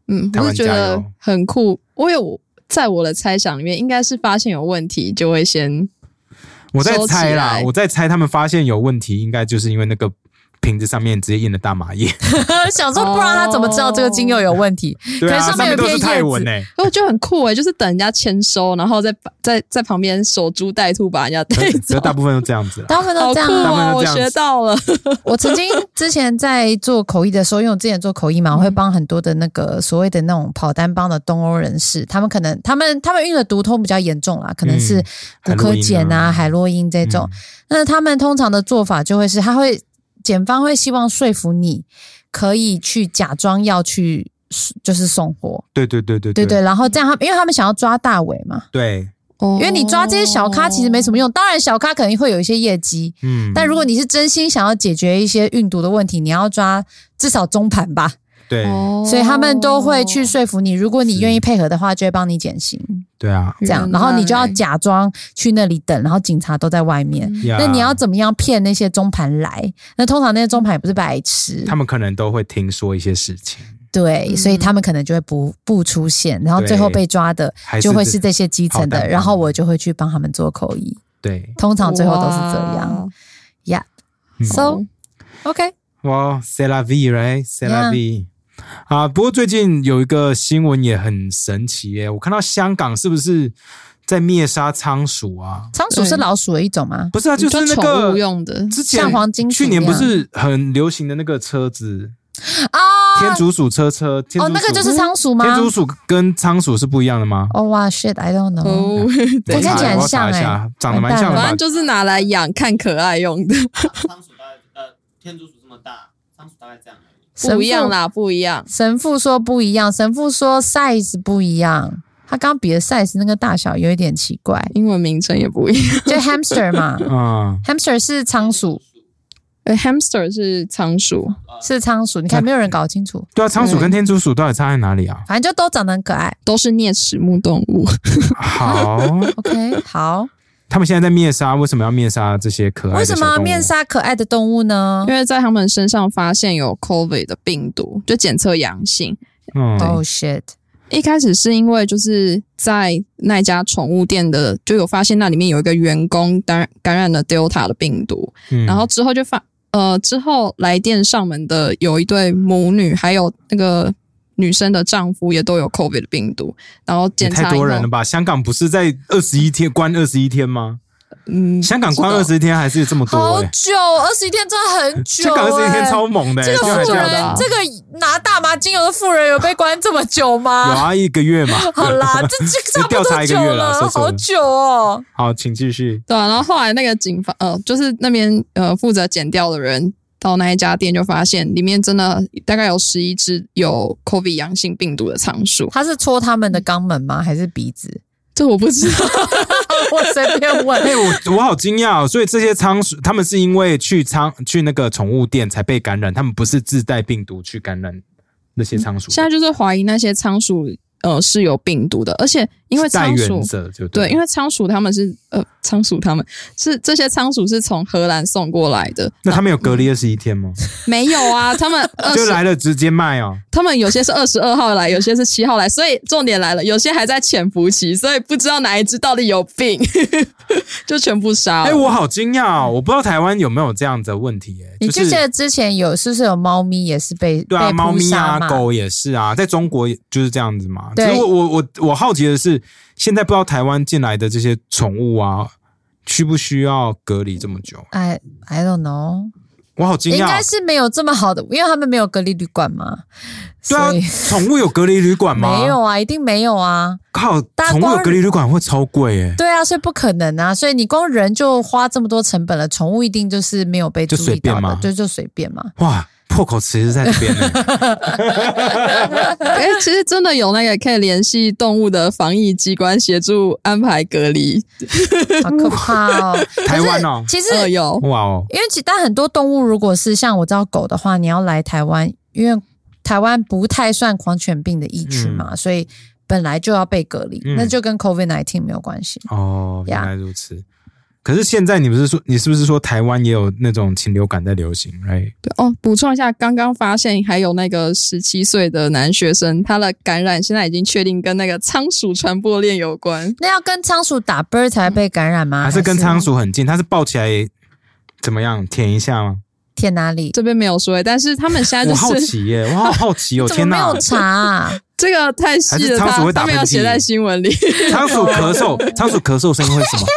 S3: 嗯，
S2: 台
S3: 我
S2: 湾
S3: 是觉
S2: 加
S3: 得
S2: 油
S3: 很酷。我有在我的猜想里面，应该是发现有问题就 会先
S2: 我在
S3: 收起
S2: 猜啦
S3: 来，
S2: 我在猜他们发现有问题，应该就是因为那个瓶子上面直接印了大麻 叶，
S1: 想说不然他怎么知道这个精油有问题？
S2: 对啊，
S1: 可是上
S2: 上
S1: 面有
S2: 面都是
S1: 片
S2: 泰
S1: 叶
S2: 文
S1: 子
S2: 呢、
S3: 我觉得很酷诶、哦就是等人家签收，然后再把在在旁边守株待兔，把人家带
S2: 可
S3: 走
S2: 是。大部分都这样子啦。
S1: 他们都
S3: 好
S1: 这
S3: 酷
S1: 样啊
S2: 大部分
S3: 啊！
S2: 都
S3: 我
S2: 这样子
S3: 学到了。
S1: 我曾经之前在做口译的时候，因为我之前做口译嘛，我会帮很多的那个所谓的那种跑单帮的东欧人士，他们可能他们他们运的毒通比较严重啦，可能是骨
S2: 嗯
S1: 科碱啊、海洛因这种。那他们通常的做法就会是，他会检方会希望说服你可以去假装要去就是送货，
S2: 对对对对
S1: 对
S2: 对
S1: 对，然后这样他因为他们想要抓大尾嘛，
S2: 对，
S3: 因
S1: 因为你抓这些小咖其实没什么用，当然小咖可能会有一些业绩，
S2: 嗯，
S1: 但如果你是真心想要解决一些运毒的问题，你要抓至少中盘吧。
S2: 对
S3: 哦
S1: 所以他们都会去说服你，如果你愿意配合的话，就会帮你减刑，
S2: 对啊，
S1: 这样。然后你就要假装去那里等，然后警察都在外面。
S3: 嗯
S2: 呀
S1: 那你要怎么样骗那些中盘来？那通常那些中盘也不是白痴
S2: 他，们可能都会听说一些事情，
S1: 对，
S3: 嗯
S1: 所以他们可能就会不不出现，然后
S2: 对
S1: 最后被抓的
S2: 还
S1: 就会
S2: 是
S1: 是这些基层
S2: 好
S1: 的，
S2: 担
S1: 然后
S2: 当
S1: 我就会去帮他们做口译，
S2: 对
S1: 通常最后都是这
S3: 哦
S1: 样。Yeah,
S2: 嗯
S1: so OK，
S2: 哇 c e l a V right，c e l a
S1: Yeah
S2: V 啊。不过最近有一个新闻也很神奇耶，我看到香港是不是在灭杀仓鼠啊？
S1: 仓鼠是
S3: 对
S1: 老鼠的一种吗？
S2: 不是啊，
S3: 就是
S2: 那
S3: 宠物
S2: 个
S3: 用的，
S2: 之前
S1: 像黄金鼠
S2: 去年
S1: 那
S2: 不
S1: 样
S2: 是很流行的那个车子
S1: 啊，
S2: 天竺鼠车车，天
S1: 哦，
S2: 竺
S1: 那个
S2: 鼠
S1: 就是仓鼠吗？
S2: 天竺鼠跟仓鼠是不一样的吗？
S1: 哦哇，shit，I don't know。
S3: 哦，
S1: 嗯我看
S2: 我查
S1: 起来很
S2: 我要查
S1: 像
S2: 一
S1: 哎
S2: 下，长得
S1: 完
S2: 蛮
S1: 蛋
S2: 像
S1: 了
S2: 的吧
S3: 反正？就是拿来养看可爱用的，
S4: 仓鼠大概呃，天竺鼠这么大，仓鼠大概这样而已。
S1: 神
S3: 不一样
S1: 父
S3: 啦，不一样。，
S1: 神父说不一样，神父说 size 不一样。他刚比的 size 那个大小有一点奇怪
S3: 英文名称也不一样。
S1: 就 hamster 嘛
S2: 嗯，
S1: ，hamster 是仓鼠，
S3: 呃，hamster 是仓鼠，
S4: 呃，
S1: 是仓鼠。你看，没有人搞清楚，
S2: 对啊，仓鼠跟天竺鼠到底差在哪里 啊？
S1: 反正就都长得很可 爱。
S3: 都是啮齿目动物。
S2: 好，
S1: OK，好，
S2: 他们现在在灭杀，为什么要灭杀这些可爱
S1: 为
S2: 的
S1: 什
S2: 小动物？
S1: 么要面杀可爱的动物呢
S3: 因？为在他们身上发现有 COVID 的病毒，就检测阳性。
S2: 嗯，
S1: 哦、shit，
S3: 一开始是因为就是在那家宠物店的，就有发现那里面有一个员工感感染了 Delta 的病毒，
S2: 嗯
S3: 然后之后就发呃之后来店上门的有一对母女，还有那个女生的丈夫也都有 COVID 的病毒，然后
S2: 也
S3: 检查
S2: 太
S3: 以后
S2: 多人了吧？香港不是在二十一天关二十一天吗？
S3: 嗯，
S2: 香港关
S3: 不
S2: 二
S3: 知道
S2: 十天还是这么多
S1: 好
S2: 哎、
S1: 久，二十一天真的很久、欸。
S2: 香港二十一天超猛的、欸，
S1: 这个
S2: 就还
S1: 富
S2: 这样
S3: 久的
S1: 人
S3: 啊，
S1: 这个拿大麻精油的富人有被关这么久
S2: 有
S1: 吗？
S2: 啊，一个月嘛。
S1: 好啦，这这 差不
S2: 调查
S1: 多
S2: 一个
S1: 久
S2: 月啦说错
S1: 好
S2: 了
S1: 久哦。
S2: 好，请继续。
S3: 对啊，然后后来那个警方呃，就是那边呃负责剪掉的人到那一家店就发现里面真的大概有十一只有 COVID 阳性病毒的仓鼠，
S1: 他是戳他们的肛门吗？还是鼻子？
S3: 这我不知道。
S1: 我随便
S2: 哎、
S1: 问。
S2: 我我好惊讶、哦，所以这些仓鼠，他们是因为去仓去那个宠物店才被感染，他们不是自带病毒去感染那些仓鼠的。
S3: 嗯现在就是怀疑那些仓鼠呃是有病毒的，而且因为
S2: 代
S3: 仓
S2: 原
S3: 鼠
S2: 者就
S3: 对，因
S2: 为
S3: 为仓鼠他们是呃仓鼠他们是这些仓鼠是从荷兰送过来的，
S2: 那他们有隔离二十一天吗？
S3: 没有啊，他们二
S2: 就
S3: 十
S2: 来了直接卖哦。
S3: 他们有些是二十二号来，有些是七号来，所以重点来了，有些还在潜伏期，所以不知道哪一只到底有病， 就全部杀了。
S2: 哎、我好惊讶、哦，我不知道台湾有没有这样的问题、哎，
S1: 嗯你
S2: 就
S1: 就是记得之前有是不是有猫咪也是被
S2: 对啊，
S1: 被
S2: 猫
S1: 扑
S2: 咪
S1: 杀
S2: 啊，
S1: 嘛？
S2: 狗也是啊，在中国也就是这样子嘛。只
S1: 对
S2: 是我我我我好奇的是，现在不知道台湾进来的这些宠物啊，需不需要隔离这么久？
S1: I I don't know，
S2: 我好惊
S1: 应
S2: 讶哦
S1: 该，是没有这么好的，因为他们没有隔离旅馆嘛。
S2: 对啊
S1: 所以，
S2: 宠物有隔离旅馆吗？
S1: 没有，啊，一定没有啊。
S2: 靠，
S1: 大
S2: 宠物有
S1: 光
S2: 隔离旅馆会超贵哎、
S1: 对啊，所以不可能啊。所以你光人就花这么多成本了，宠物一定就是没有被
S2: 就
S1: 注
S2: 随
S1: 意到
S2: 便嘛
S1: 的，对，就随便嘛。
S2: 哇，破口词是在这 边呢。
S3: 哎、其实真的有那个可以联系动物的防疫机关协助安排隔离，
S1: 好可怕哦！
S2: 台湾哦
S1: 可是其实
S3: 呃，有
S2: 哇哦，
S1: 因为其但很多动物，如果是像我知道狗的话，你要来台湾，因为台湾不太算狂犬病的疫区嘛，所以本来就要被隔离，
S2: 嗯
S1: 那就跟 COVID nineteen 没有关系。
S2: 哦，原
S1: 呀
S2: 来如此。可是现在你不是说你是不是说台湾也有那种禽流感在流行？哎，
S3: 哦。补充一下，刚刚发现还有那个十七岁的男学生，他的感染现在已经确定跟那个仓鼠传播链有关。
S1: 那要跟仓鼠打啵儿才被感染吗？
S2: 还是跟仓鼠很近？它是抱起来怎么样舔一下吗？
S1: 舔哪里？
S3: 这边没有说、欸，但是他们现在
S2: 我
S3: 就
S2: 好
S3: 是
S2: 奇耶，我好好奇 哦！
S1: 怎么
S2: 天
S1: 没
S2: 哪
S1: 有，查、啊？
S3: 这个太细了，
S2: 还是仓鼠
S3: 他
S2: 会打
S3: 他没有
S2: 喷嚏
S3: 写在新闻里。
S2: 仓鼠咳嗽，仓鼠咳嗽声音会什么？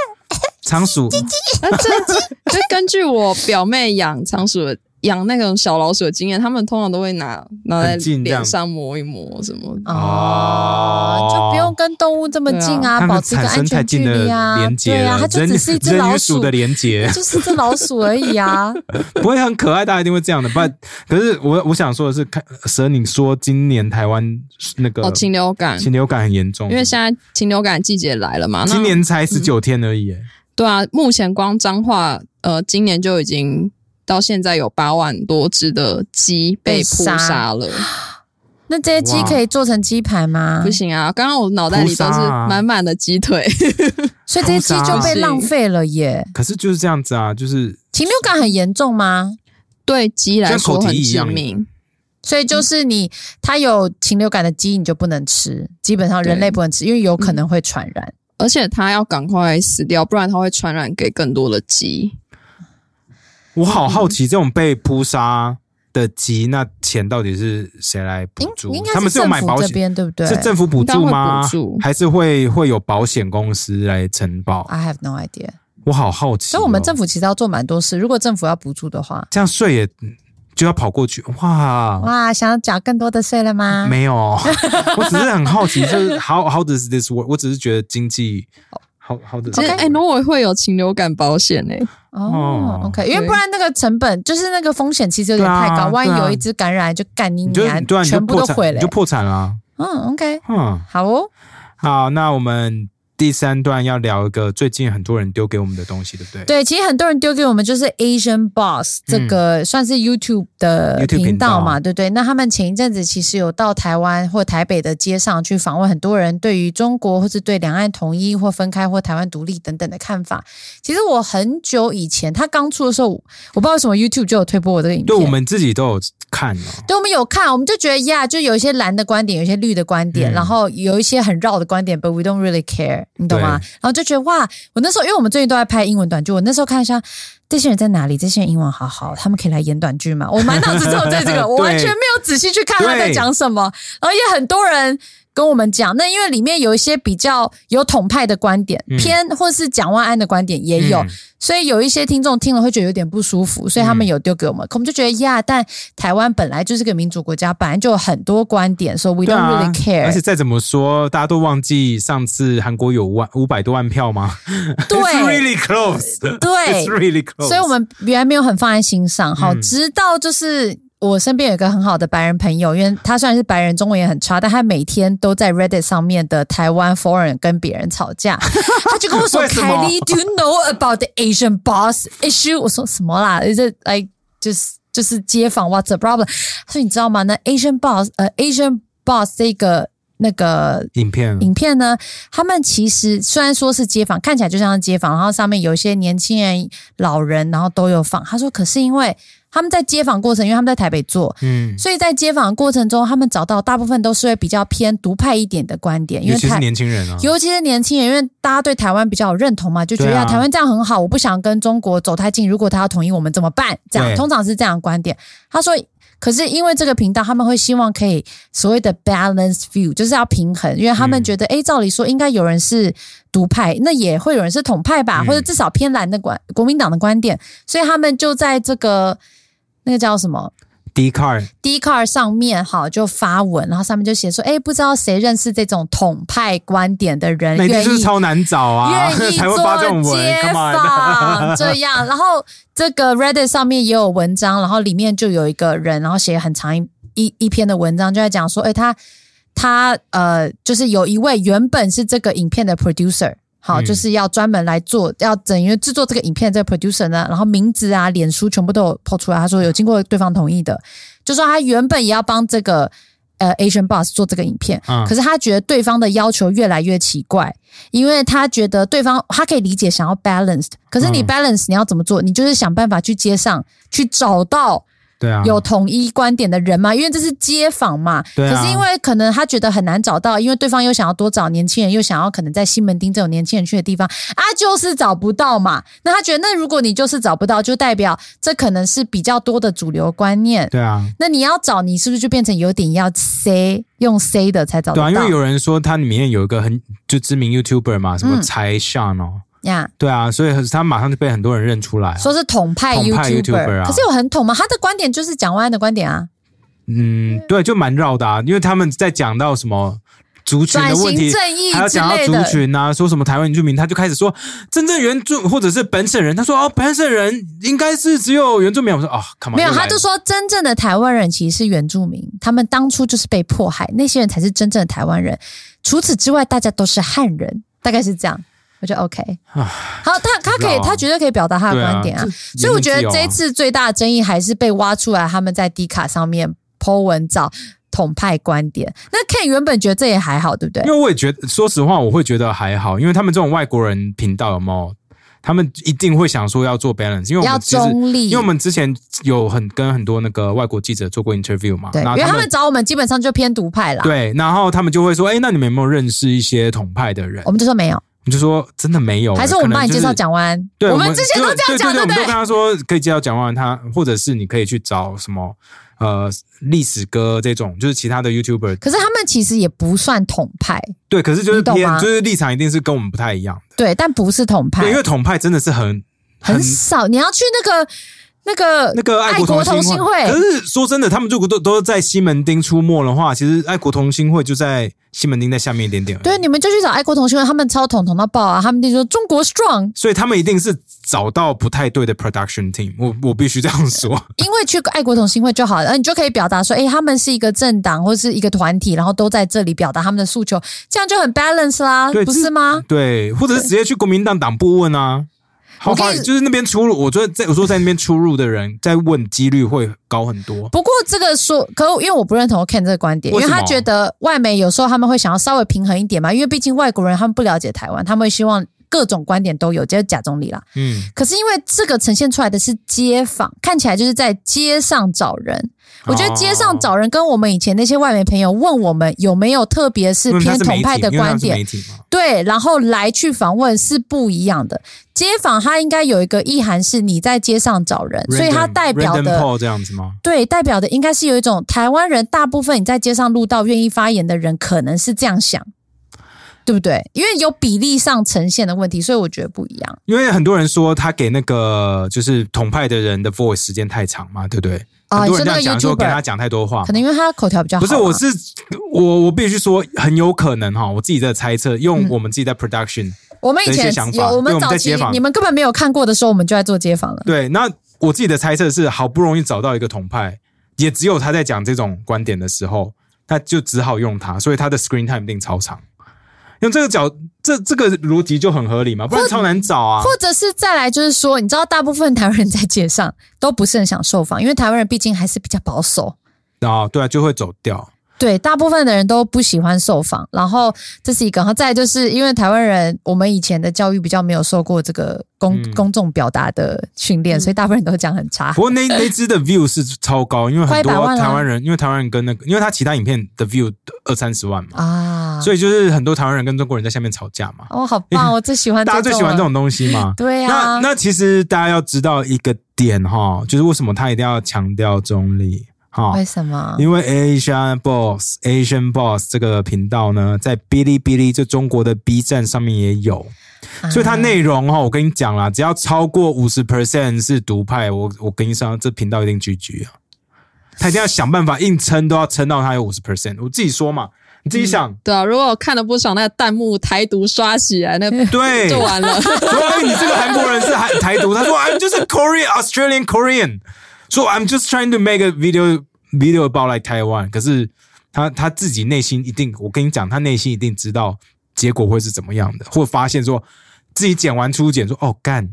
S2: 仓鼠
S3: 啊，这就根据我表妹养仓鼠的、养那种小老鼠的经验，他们通常都会拿拿在
S2: 很近这样
S3: 脸上磨一磨什么的。
S2: 哦
S1: 哦，就不用跟动物这么近啊，
S2: 它
S1: 保
S2: 们
S1: 持一
S2: 产
S1: 个
S2: 生
S1: 安
S2: 太
S1: 全距
S2: 近的
S1: 离啊。
S2: 连接
S1: 对啊，
S2: 了
S1: 它，就
S2: 人
S1: 只是一只
S2: 人
S1: 老
S2: 与鼠
S1: 鼠
S2: 的连接
S1: 它就是一只老鼠而已 啊。
S2: 不会很可爱，大家一定会这样的。不然，可是我我想说的是，看蛇，你说今年台湾那个
S3: 哦，禽流感，
S2: 啊禽流感很严重，
S3: 因为现在禽流感季节来了
S1: 啊
S3: 嘛。那
S2: 今年才十九天而已
S1: 嗯
S2: 耶，
S3: 对啊，目前光彰化，呃，今年就已经到现在有八万多只的鸡被
S1: 被
S3: 扑
S1: 杀
S3: 杀了。
S1: 那这些鸡
S2: 哇
S1: 可以做成鸡排吗？
S3: 不，行啊，刚刚我脑袋里
S2: 扑杀
S3: 都是
S2: 啊
S3: 满满的鸡腿。
S1: 所以这些鸡就
S2: 不
S1: 被
S3: 行
S1: 浪费了耶。
S2: 可是就是这样子啊，就是
S1: 禽流感很严重吗？
S3: 对鸡来
S2: 像口
S3: 说
S2: 蹄
S3: 很
S2: 疫一
S3: 致
S2: 样
S3: 命，
S1: 所以就是你，它有禽流感的鸡，你就不能吃，基本上
S3: 对
S1: 人类不能
S2: 嗯
S1: 吃，因为有可能会传染。
S3: 而且它要赶快死掉，不然它会传染给更多的鸡。
S2: 我好好奇这种被扑杀的鸡，那钱到底是谁来
S1: 应
S2: 补助
S1: 应？该
S2: 嗯他们
S1: 是
S2: 有
S1: 政
S2: 买保
S1: 府这
S2: 险，
S1: 边对不对
S2: 是政府补助吗
S3: 应该会补？助
S2: 还是会会有保险公司来承保？
S1: ？I have no idea。
S2: 我好好奇哦。
S1: 啊所以我们政府其实要做蛮多事，如果政府要补助的话，
S2: 这样税也就要跑过去，哇，
S1: 哇，想要缴更多的税了吗？
S2: 哦 没有，我只是很好奇，就是 how how does this work？我只是觉得经济好好的，
S3: 其实，哎、挪威会有禽流感保险呢、
S1: 哦
S2: 哦
S1: ，OK，因为
S3: 对
S1: 不然那个成本就是那个风险其实有点太
S2: 对
S1: 高，
S2: 啊
S1: 万一
S2: 对啊
S1: 有一只感染就干你
S2: 你就
S1: 娘
S2: 对啊，，你就
S1: 全部
S2: 破
S1: 都
S2: 产，
S1: 毁了
S2: 你就。破产了。啊
S1: 嗯，OK，
S2: 嗯，
S1: 好哦，
S2: 好，那我们第三段要聊一个最近很多人丢给我们的东西，对不对？
S1: 对，其实很多人丢给我们就是 Asian Boss 这个算是 YouTube 的
S2: 嗯 YouTube
S1: 频道嘛，
S2: 频道
S1: 对不对？那他们前一阵子其实有到台湾或台北的街上去访问很多人对于中国或是对两岸统一或分开或台湾独立等等的看法。其实我很久以前他刚出的时候，我不知道为什么 YouTube 就有推播我这个影片，
S2: 对，我们自己都有看哦。
S1: 对，我们有看，我们就觉得呀就有一些蓝的观点，有一些绿的观点，
S2: 嗯
S1: 然后有一些很绕的观点，but we don't really care，你懂吗
S2: 对？
S1: 然后就觉得哇，我那时候因为我们最近都在拍英文短剧，我那时候看一下这些人在哪里，这些人英文好好，他们可以来演短剧吗？我满脑子只有在这个，我完全
S2: 对
S1: 没有仔细去看他在
S2: 对
S1: 讲什么，然后也很多人。跟我们讲，那因为里面有一些比较有统派的观点，
S2: 嗯
S1: 偏或是蒋万安的观点也有，
S2: 嗯
S1: 所以有一些听众听了会觉得有点不舒服，所以他们有丢给我们，可我们就觉得呀，但台湾本来就是个民主国家，本来就有很多观点，所以 we
S2: 对
S1: don't
S2: 啊
S1: really care。
S2: 而且再怎么说，大家都忘记上次韩国有万五百多万票吗？，It's
S1: 对
S2: really close。
S1: 对
S2: It's，really close。
S1: 所以我们原来没有很放在心上。好，
S2: 嗯
S1: 直到就是。我身边有一个很好的白人朋友，因为他虽然是白人，中文也很差，但他每天都在 Reddit 上面的台湾 foreign 跟别人吵 架。他就跟我说
S2: 为什么
S1: ：“Kylie，do you know about the Asian boss issue？” 我说：“什么啦？Is it like 就是就是街访 What's the problem？” 他说：“你知道吗？那 Asian boss 呃 Asian boss 这个那个
S2: 影片
S1: 影片呢，他们其实虽然说是街访，看起来就像是街访，然后上面有一些年轻人、老人，然后都有访。他说，可是因为他们在街访过程，因为他们在台北做，
S2: 嗯，
S1: 所以在街访的过程中，他们找到大部分都是会比较偏独派一点的观点，因
S2: 尤
S1: 为
S2: 其是
S1: 台。
S2: 年轻人啊，
S1: 尤其是年轻人，因为大家对台湾比较有认同嘛，就觉得、
S2: 对啊
S1: 呀台湾这样很好，我不想跟中国走太近。如果他要统一我们怎么办？这样
S2: 对
S1: 通常是这样的观点。他说，可是因为这个频道，他们会希望可以所谓的 balanced view，就是要平衡，因为他们
S2: 嗯
S1: 觉得，诶，照理说应该有人是独派，那也会有人是统派吧，
S2: 嗯
S1: 或者至少偏蓝的观国民党的观点，所以他们就在这个那个叫什么
S2: d c a r
S1: d c a r 上面哈就发文，然后上面就写说，哎，不知道谁认识这种统派观点的人，
S2: 每天
S1: 愿
S2: 就是
S1: 意
S2: 超难找啊，
S1: 愿意
S2: 才会发这种
S1: 做
S2: 文
S1: 街
S2: 干嘛
S1: 访这样。然后这个 Reddit 上面也有文章，然后里面就有一个人，然后写很长一一一篇的文章，就在讲说，哎、他他呃，就是有一位原本是这个影片的 producer。好，
S2: 嗯
S1: 就是要专门来做，要等于制作这个影片的这个 producer 呢，然后名字啊、脸书全部都有抛出来。他说有经过对方同意的，就说他原本也要帮这个呃 Asian Boss 做这个影片，
S2: 嗯
S1: 可是他觉得对方的要求越来越奇怪，因为他觉得对方他可以理解想要 balanced，可是你
S2: 嗯
S1: balance 你要怎么做？你就是想办法去街上去找到
S2: 对啊，
S1: 有统一观点的人嘛，因为这是街访嘛。
S2: 对啊
S1: 可是因为可能他觉得很难找到，因为对方又想要多找年轻人，又想要可能在西门町这种年轻人去的地方啊，就是找不到嘛。那他觉得，那如果你就是找不到，就代表这可能是比较多的主流观念。
S2: 对啊，
S1: 那你要找，你是不是就变成有点要 C 用 C 的才找得
S2: 对
S1: 到？
S2: 啊，因为有人说他里面有一个很就知名 YouTuber 嘛，什么
S1: 嗯
S2: 柴尚哦，
S1: 呀
S2: 对啊，所以他马上就被很多人认出来啊。
S1: 说是统派
S2: 统派 YouTuber 啊
S1: 可是有很统吗？他的观点就是蒋万安的观点啊，
S2: 嗯，对，就蛮绕的啊，因为他们在讲到什么族群
S1: 转
S2: 的问
S1: 型
S2: 题。
S1: 正义
S2: 还要
S1: 之
S2: 讲到
S1: 类
S2: 族
S1: 的。
S2: 群啊，说什么台湾原住民，他就开始说真正原住或者是本省人，他说哦，本省人应该是只有原住民。我说哦，come on，
S1: 没有，
S2: 又来
S1: 他
S2: 了
S1: 就说真正的台湾人其实是原住民，他们当初就是被迫害，那些人才是真正的台湾人。除此之外，大家都是汉人，大概是这样。我觉得 OK，
S2: 唉
S1: 好，他他
S2: 不知道
S1: 可以，
S2: 啊
S1: 他绝对可以表达他的
S2: 对
S1: 观点啊。
S2: 这
S1: 所以我觉得这一
S2: 言论自由
S1: 次最大的争议还是被挖出来，他们在 D 卡上面 Po 文找统派观点。那 Ken 原本觉得这也还好，对不对
S2: 啊，因？为我也觉得，说实话，我会觉得还好，因为他们这种外国人频道有没有，他们一定会想说要做 balance，因为我
S1: 要
S2: 们其实
S1: 中立，
S2: 因为我们之前有很跟很多那个外国记者做过 interview 嘛，
S1: 对，
S2: 然
S1: 因
S2: 后
S1: 为他们找我们基本上就偏独派啦。
S2: 对，然后他们就会说，哎、那你们有没有认识一些统派的人？
S1: 我们就说没有，
S2: 我们就说真的没有，
S1: 哦还是我们
S2: 哦可能
S1: 帮你
S2: 就
S1: 介
S2: 是
S1: 绍。蒋万安。
S2: 对，
S1: 我们之前都这样讲，
S2: 对对对，我
S1: 不
S2: 们都
S1: 对？
S2: 跟他说可以介绍蒋万安他，或者是你可以去找什么呃历史哥这种，就是其他的 YouTuber。
S1: 可是他们其实也不算统派，
S2: 对，可是就是
S1: 你懂
S2: 偏
S1: 吗
S2: 就是立场一定是跟我们不太一样的，
S1: 对，但不是统派
S2: 对，因，为统派真的是很
S1: 很少。你要去那个那个
S2: 那个爱
S1: 爱
S2: 国
S1: 国
S2: 同
S1: 同
S2: 心
S1: 心
S2: 会。
S1: 会
S2: 可是说真的，他们如果都都在西门町出没的话，其实爱国同心会就在西门町在下面一点点。
S1: 对，，你们就去找爱国同学，他们超统统到爆啊！他们就说中国 strong，
S2: 所以他们一定是找到不太对的 production team 我。我必须这样说。
S1: 因为去爱国同心会就好了，然后你就可以表达说，哎，他们是一个政党或是一个团体，然后都在这里表达他们的诉求，这样就很 balance 啦，
S2: 对
S1: 不
S2: 这
S1: 是吗？
S2: 对，或者是直接去国民党党部问啊。好
S1: 我跟
S2: 吧，
S1: 你
S2: 就是那边出入，我觉得在我说在那边出入的人，在问几率会高很多。
S1: 不过这个说，可因为我不认同 Ken 这个观点，因
S2: 为
S1: 为
S2: 什么
S1: 他觉得外媒有时候他们会想要稍微平衡一点嘛，因为毕竟外国人他们不了解台湾，他们会希望各种观点都有，这是假中立啦。
S2: 嗯，
S1: 可是因为这个呈现出来的是街访，看起来就是在街上找人。我觉得街
S2: 哦
S1: 上找人跟我们以前那些外媒朋友问我们有没有特别是
S2: 因为他
S1: 偏
S2: 是
S1: 统
S2: 媒
S1: 派
S2: 体
S1: 的
S2: 因为他
S1: 观
S2: 是
S1: 点，
S2: 媒体嘛，
S1: 对，然后来去访问是不一样的。街访它应该有一个意涵是你在街上找人，所以它
S2: Random-
S1: 代表
S2: random
S1: 的
S2: poll 这样子吗？
S1: 对，代表的应该是有一种台湾人，大部分你在街上路到愿意发言的人，可能是这样想，对不对？因为有比例上呈现的问题，所以我觉得不一样。
S2: 因为很多人说他给那个就是统派的人的 voice 时间太长嘛，对不对？
S1: 啊
S2: 很
S1: 你
S2: 多
S1: 说
S2: 人这
S1: 那
S2: 样
S1: 个
S2: 讲说给他
S1: YouTuber，
S2: 讲太多话嘛，
S1: 可能因为他口条比较好
S2: 不
S1: 啊，
S2: 是，我是我我必须说，很有可能哈，我自己在猜测，
S1: 嗯
S2: 用我们自己在 production、
S1: 我们以
S2: 的一些
S1: 前
S2: 想
S1: 有
S2: 法
S1: 我
S2: 因为
S1: 们
S2: 我们
S1: 早
S2: 在
S1: 期
S2: 街访
S1: 你们根本没有看过的时候，我们就在做街访了。
S2: 对，那我自己的猜测是，好不容易找到一个统派，也只有他在讲这种观点的时候，他就只好用他，所以他的 screen time 一定超长。用这个角，这这个逻辑就很合理嘛，不然超难找啊。
S1: 或者是再来就是说，你知道大部分台湾人在街上都不是很想受访，因为台湾人毕竟还是比较保守，
S2: 啊，对啊，就会走掉。
S1: 对，大部分的人都不喜欢受访，然后这是一个，然后再来就是因为台湾人，我们以前的教育比较没有受过这个公、
S2: 嗯
S1: 公众表达的训练，
S3: 嗯
S1: 所以大部分人都讲很差
S2: 不。过那那支的 view 是超高，因为很多
S1: 呃快一百万啦啊
S2: 台湾人，因为台湾人跟那个，因为他其他影片的 view 二三十万嘛，
S1: 啊，
S2: 嗯所以就是很多台湾人跟中国人在下面吵架 嘛，
S1: 哦，好棒，我最喜欢
S2: 大家最喜欢这
S1: 了，
S2: 种东西嘛。
S1: 对
S2: 那
S1: 啊，
S2: 那其实大家要知道一个点哈，就是为什么他一定要强调中立哈，
S1: 为什么？
S2: 因为 Asian Boss Asian Boss 这个频道呢，在哔哩哔哩就中国的 B 站上面也有，
S1: 啊
S2: 所以它内容哈，我跟你讲啦，只要超过五十 percent 是独派，我我跟你说，这频道一定 GG 啊。他一定要想办法硬撑，都要撑到他有五十 percent。我自己说嘛，你自 己想，
S3: 对啊，如果我看了不爽，那个弹幕台独刷起来，那
S2: 对，
S1: 啊
S3: 就完 了。
S2: 说哎，你这个韩国人是韩台独。他说 I'm just a Korean Australian Korean，说 I'm just trying to make a video video about like Taiwan。可是他他自己内心一定，我跟你讲，他内心一定知道结果会是怎么样的，或发现说自己剪完初剪说哦干，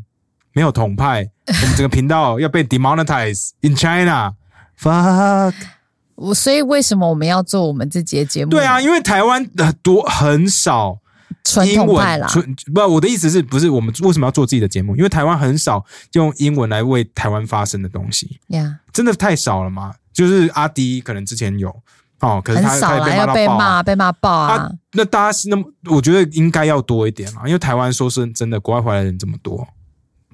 S2: 没有统派，我们整个频道要被 demonetize in China。fuck，
S1: 我所以为什么我们要做我们自己的节目？
S2: 对啊，，因为台湾很多很少。
S1: 传
S2: 英
S1: 统
S2: 文
S1: 派啦，
S2: 纯不，我的意思是不是我们为什么要做自己的节目？因为台湾很少用英文来为台湾发声的东西，
S1: 呀
S2: 真的太少了嘛。就是阿迪可能之前有哦，可是
S1: 很
S2: 他
S1: 少
S2: 他
S1: 啦，
S2: 也
S1: 要被
S2: 被骂到爆啊
S1: 骂被骂爆啊
S2: 啊！那大家是那么，我觉得应该要多一点啦，因为台湾说是真的，国外回来的人这么多。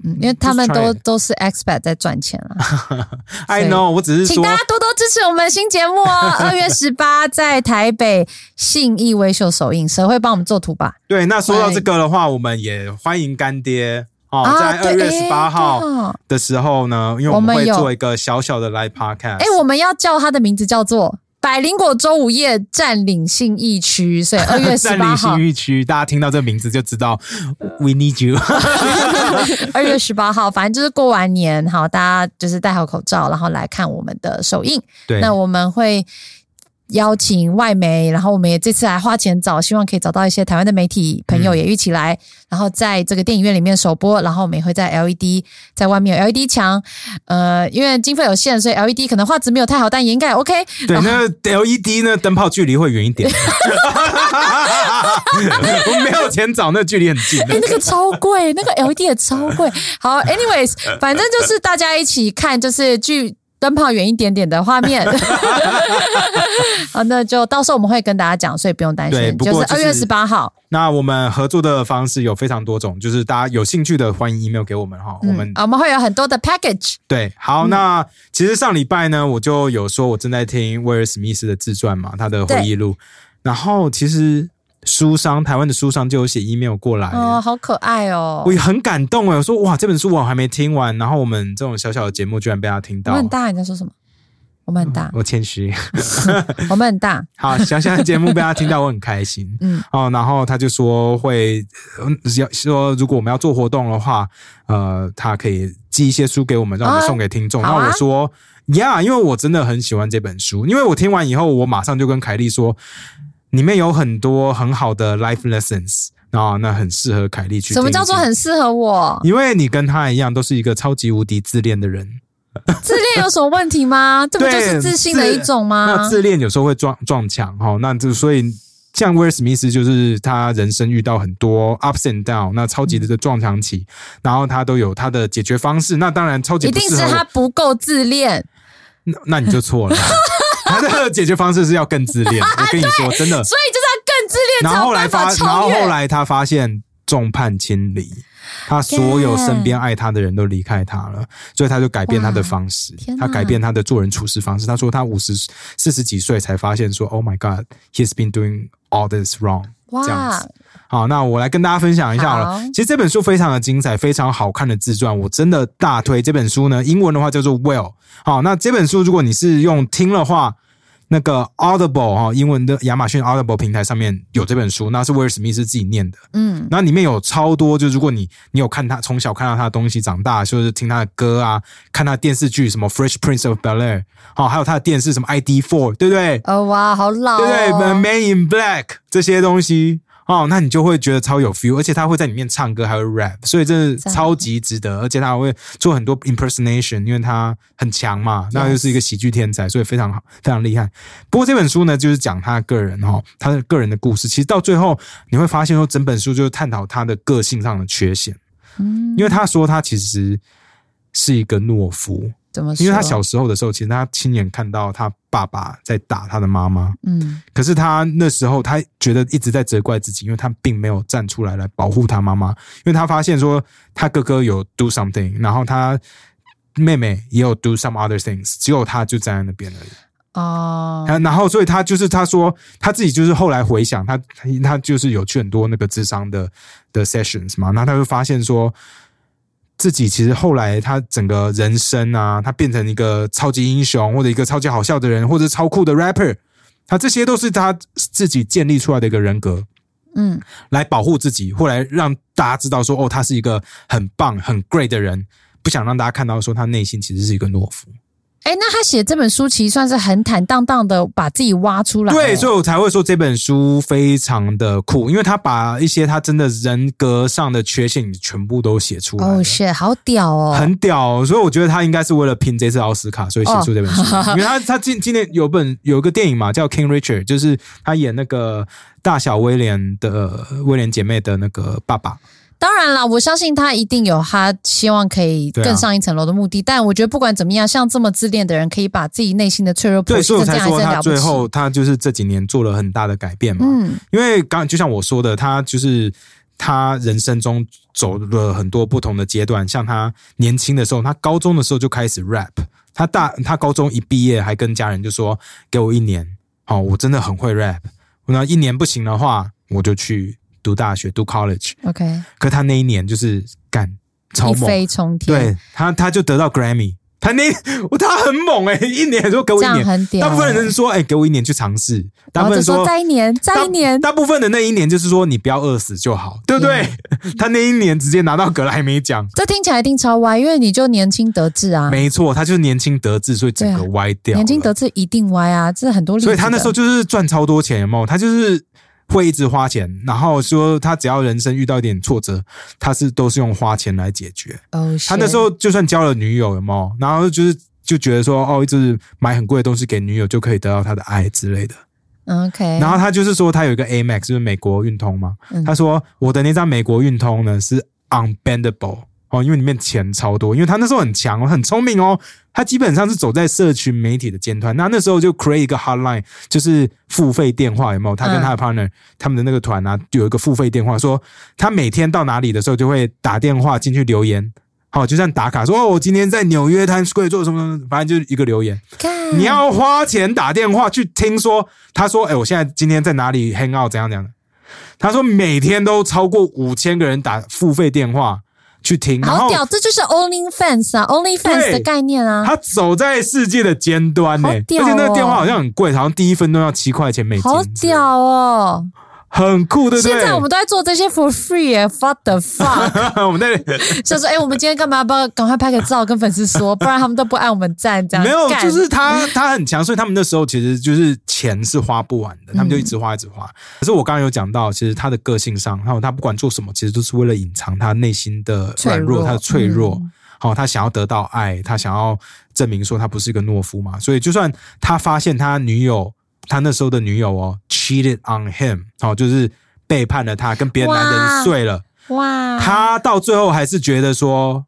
S1: 嗯，因为他们
S2: just
S1: 都
S2: try it
S1: 都是 expat 在赚钱啊。
S2: I know，我只是
S1: 请
S2: 说
S1: 大家多多支持我们的新节目哦！ 二月十八在台北信义威秀首映，谁会帮我们做图吧？
S2: 对。那说到这个的话，我们也欢迎干爹哦，在
S1: 啊对
S2: 二月
S1: 诶
S2: 十八号
S1: 对哦
S2: 的时候呢，因为我
S1: 我们
S2: 们会
S1: 有
S2: 做一个小小的 live podcast。
S1: 哎、我们要叫它的名字叫做“百灵果周五夜占领信义区”， 所以二月十
S2: 占
S1: 八
S2: 领
S1: 号
S2: 新，域区，大家听到这个名字就知道 we need you。
S1: 二月十八号，反正就是过完年，好，大家就是戴好口罩，然后来看我们的首映。
S2: 对，
S1: 那我们会邀请外媒，然后我们也这次来花钱找，希望可以找到一些台湾的媒体朋
S2: 嗯
S1: 友也一起来，然后在这个电影院里面首播，然后我们也会在 LED 在外面有 LED 墙，呃，因为经费有限，所以 LED 可能画质没有太好，但掩盖 OK。哎
S2: 对，那个 LED 呢，灯泡距离会远一点。 我没有钱找，那距离很近
S1: 哎、
S2: 的。
S1: 那个超贵，那个 LED 也超 贵。好，anyways，反正就是大家一起看，就是距灯泡远一点点的画 面。好，那就到时候我们会跟大家讲，所以不用担
S2: 对
S1: 心。
S2: 不
S1: 就
S2: 过
S1: 是
S2: 就
S1: 二
S2: 是
S1: 月十八号，
S2: 那我们合作的方式有非常多种，就是大家有兴趣的欢迎 email 给我们哈。我们
S1: 嗯、我嗯们会有很多的 package。
S2: 对，好，那其实上礼拜呢，我就有说我正在听威尔史密斯的自传嘛，他的回忆录。然后其实书商台湾的书商就有写 email 过来，
S1: 哦，好可爱哦！
S2: 我也很感动哎，我说哇，这本书我还没听完，然后我们这种小小的节目居然被他听
S1: 我
S2: 到
S1: 们，很大，你在说什么？我们很大，
S2: 我谦虚。 嗯
S1: 我们很大。
S2: 好，小小的节目被他听到，我很开心。
S1: 嗯，
S2: 哦，然后他就说会，嗯要说如果我们要做活动的话，呃，他可以寄一些书给我们，让我们
S1: 啊
S2: 送给听众。那、
S1: 好啊
S2: 我说呀因为我真的很喜欢这本书，因为我听完以后，我马上就跟凯莉说，里面有很多很好的 life lessons 啊、那很适合凯莉去。
S1: 什么叫做？很适合我？
S2: 因为你跟他一样，都是一个超级无敌自恋的人。
S1: 自恋有什么问题吗？这不就是自信的一种
S2: 那
S1: 吗？
S2: 自恋有时候会撞撞墙哈、哦，那就所以像威尔史密斯就是他人生遇到很多 ups and down，那超级的撞墙期，然后他都有他的解决方式。那当然超级
S1: 一
S2: 不
S1: 定
S2: 适
S1: 是
S2: 合我
S1: 他不够自恋，
S2: 那那你就 错了。他的解决方式是要更自恋，我跟你说真的。
S1: 所以就是要更自恋，
S2: 然
S1: 才
S2: 后后
S1: 有
S2: 来
S1: 办
S2: 发
S1: 法，
S2: 然后
S1: 超
S2: 后
S1: 越。
S2: 来他发现众叛亲离，他所有身边爱他的人都离开他了，所以他就改变他的方式
S1: 天，
S2: 他
S1: 哪
S2: 改变他的做人处事方式。他说他五十四十几岁才发现说，Oh my God，he's been doing all this wrong。这样
S1: 哇
S2: 子，好，那我来跟大家分享一下好了
S1: 好。
S2: 其实这本书非常的精彩，非常好看的自传，我真的大推。这本书呢，英文的话叫做《Well》。好，那这本书如果你是用听的话，那个 Audible 哈，英文的亚马逊 Audible 平台上面有这本书，那是威尔史密斯自己念的。
S1: 嗯，
S2: 那里面有超多，就如果你你有看他从小看到他的东西长大，就是听他的歌啊，看他的电视剧什么《Fresh Prince of Bel Air》，好，还有他的电视什么《ID Four》，对不对？
S1: 哦哇，好老、哦，
S2: 对不对？Man in Black 这些东西哦，那你就会觉得超有 feel，而且他会在里面唱歌，还会 rap，所以真的
S1: 赞
S2: 超级值得。而且他还会做很多 impersonation，因为他很强嘛，那又是一个喜剧天才，所以非常好，非常厉害。不过这本书呢，就是讲他个人哈、哦，他的个人的故事。其实到最后你会发现，说整本书就是探讨他的个性上的缺陷，
S1: 嗯
S2: 因为他说他其实是一个懦夫，
S1: 怎么说？
S2: 因为他小，时候的时候，其实他亲眼看到他爸爸在打他的妈妈。
S1: 嗯
S2: 可是他那时候他觉得一直在责怪自己，因为他并没有站出来来保护他妈妈，因为他发现说他哥哥有 do something，然后他妹妹也有 do some other things，只有他就站在那边而已。
S1: 哦，
S2: 然然后，所以他就是他说他自己就是后来回想，他他他就是有去很多那个智商的的 sessions 嘛，那他就发现说，自己其实后来他整个人生啊，他变成一个超级英雄，或者一个超级好笑的人，或者超酷的 rapper，他这些都是他自己建立出来的一个人格，
S1: 嗯，
S2: 来保护自己，或来让大家知道说，哦，他是一个很棒、很 great 的人，不想让大家看到说他内心其实是一个懦夫。
S1: 哎、那他写这本书其实算是很坦荡荡的把自己挖出来。
S2: 对，所以我才会说这本书非常的酷，因为他把一些他真的人格上的缺陷全部都写出来了
S1: 哦，shit，好屌哦！
S2: 很屌、所以我觉得他应该是为了拼这次奥斯卡，所以写
S1: 哦
S2: 出 这本书。因为他他今今年有本有个电影嘛，叫《King Richard》，就是他演那个大小威廉的威廉姐妹的那个爸爸。
S1: 当然啦，我相信他一定有他希望可以
S2: 对啊
S1: 更上一层楼的目的。但我觉得不管怎么样，像这么自恋的人，可以把自己内心的脆弱
S2: 对，
S1: 剖析
S2: 所以
S1: 成
S2: 我
S1: 这样，还
S2: 才说
S1: 是很
S2: 他
S1: 了不
S2: 最
S1: 起。
S2: 后他就是这几年做了很大的改变嘛。
S1: 嗯，
S2: 因为刚就像我说的，他就是他人生中走了很多不同的阶段，像他年轻的时候，他高中的时候就开始 rap，他大他高中一毕业还跟家人就说给我一年，好、我真的很会 rap，那一年不行的话，我就去读大学读 college，
S1: OK，
S2: 可他那一年就是干超
S1: 一
S2: 猛，
S1: 飞冲天，
S2: 对他他就得到 Grammy，他那他很猛哎、一年说给我
S1: 这
S2: 一
S1: 样
S2: 年。
S1: 很屌。欸哦
S2: 大部分人说：“哎、给我一年去尝试。”大
S1: 然后
S2: 部分
S1: 就
S2: 人说：“
S1: 再一年，再一年，
S2: 大，大部分的那一年就是说你不要饿死就好，对不对？ 他那一年直接拿到格莱美奖，
S1: 这听起来一定超歪，因为你就年轻得志啊，
S2: 没错，他就是年轻得志，所以整个
S1: 对啊
S2: 歪掉了。
S1: 年轻得志一定歪啊，这很多例子
S2: 所
S1: 的。
S2: 以他那时候就是赚超多钱，有没有？他就是会一直花钱，然后说他只要人生遇到一点挫折，他是都是用花钱来解决。
S1: 哦，
S2: 他那时候就算交了女友，有没有？然后就是就觉得说，哦，一直买很贵的东西给女友就可以得到她的爱之类的。
S1: 嗯 OK，
S2: 然后他就是说，他有一个 Amex，就是美国运通嘛。
S1: 嗯
S2: 他说我的那张美国运通呢是 unbendable 哦，因为里面钱超多，因为他那时候很强哦，很聪明哦。他基本上是走在社群媒体的尖端。那那时候就 create 一个 hotline，就是付费电话，有没
S1: 嗯
S2: 有？他跟他的 partner、他们的那个团啊，有一个付费电话，说他每天到哪里的时候就会打电话进去留言。好、就像打卡说哦，我今天在纽约 Times Square 做什么什么，反正就是一个留言。
S1: 干
S2: 你要花钱打电话去听说，他说：“哎、我现在今天在哪里 hang out 怎样怎样的。”他说每天都超过五千个人打付费电话去听，然
S1: 好
S2: 后
S1: 屌，这就是 Only Fans 啊，Only
S2: 对
S1: Fans 的概念啊，
S2: 他走在世界的尖端呢、
S1: 好
S2: 而且
S1: 屌哦
S2: 那个电话好像很贵，好像第一分钟要七块钱美金，
S1: 好屌，哦！
S2: 很酷，对不对？
S1: 现在我们都在做这些 for free 耶，fuck the fuck！
S2: 我们在
S1: 想说，哎、我们今天干嘛？不要赶快拍个照跟粉丝说，不然他们都不按我们赞。这样
S2: 没有，
S1: 干
S2: 就是他他很强，所以他们那时候其实就是钱是花不完的，他们就一直花一直花。可是我刚刚有讲到，其实他的个性上，还有他不管做什么，其实都是为了隐藏他内心的软
S1: 脆
S2: 弱，
S1: 弱
S2: 他的脆弱
S1: 嗯。
S2: 好、他想要得到爱，他想要证明说他不是一个懦夫嘛。所以就算他发现他女友，他那时候的女友哦，cheated on him，好、就是背叛了他，跟别的男人
S1: 哇
S2: 睡了。
S1: 哇，
S2: 他到最后还是觉得说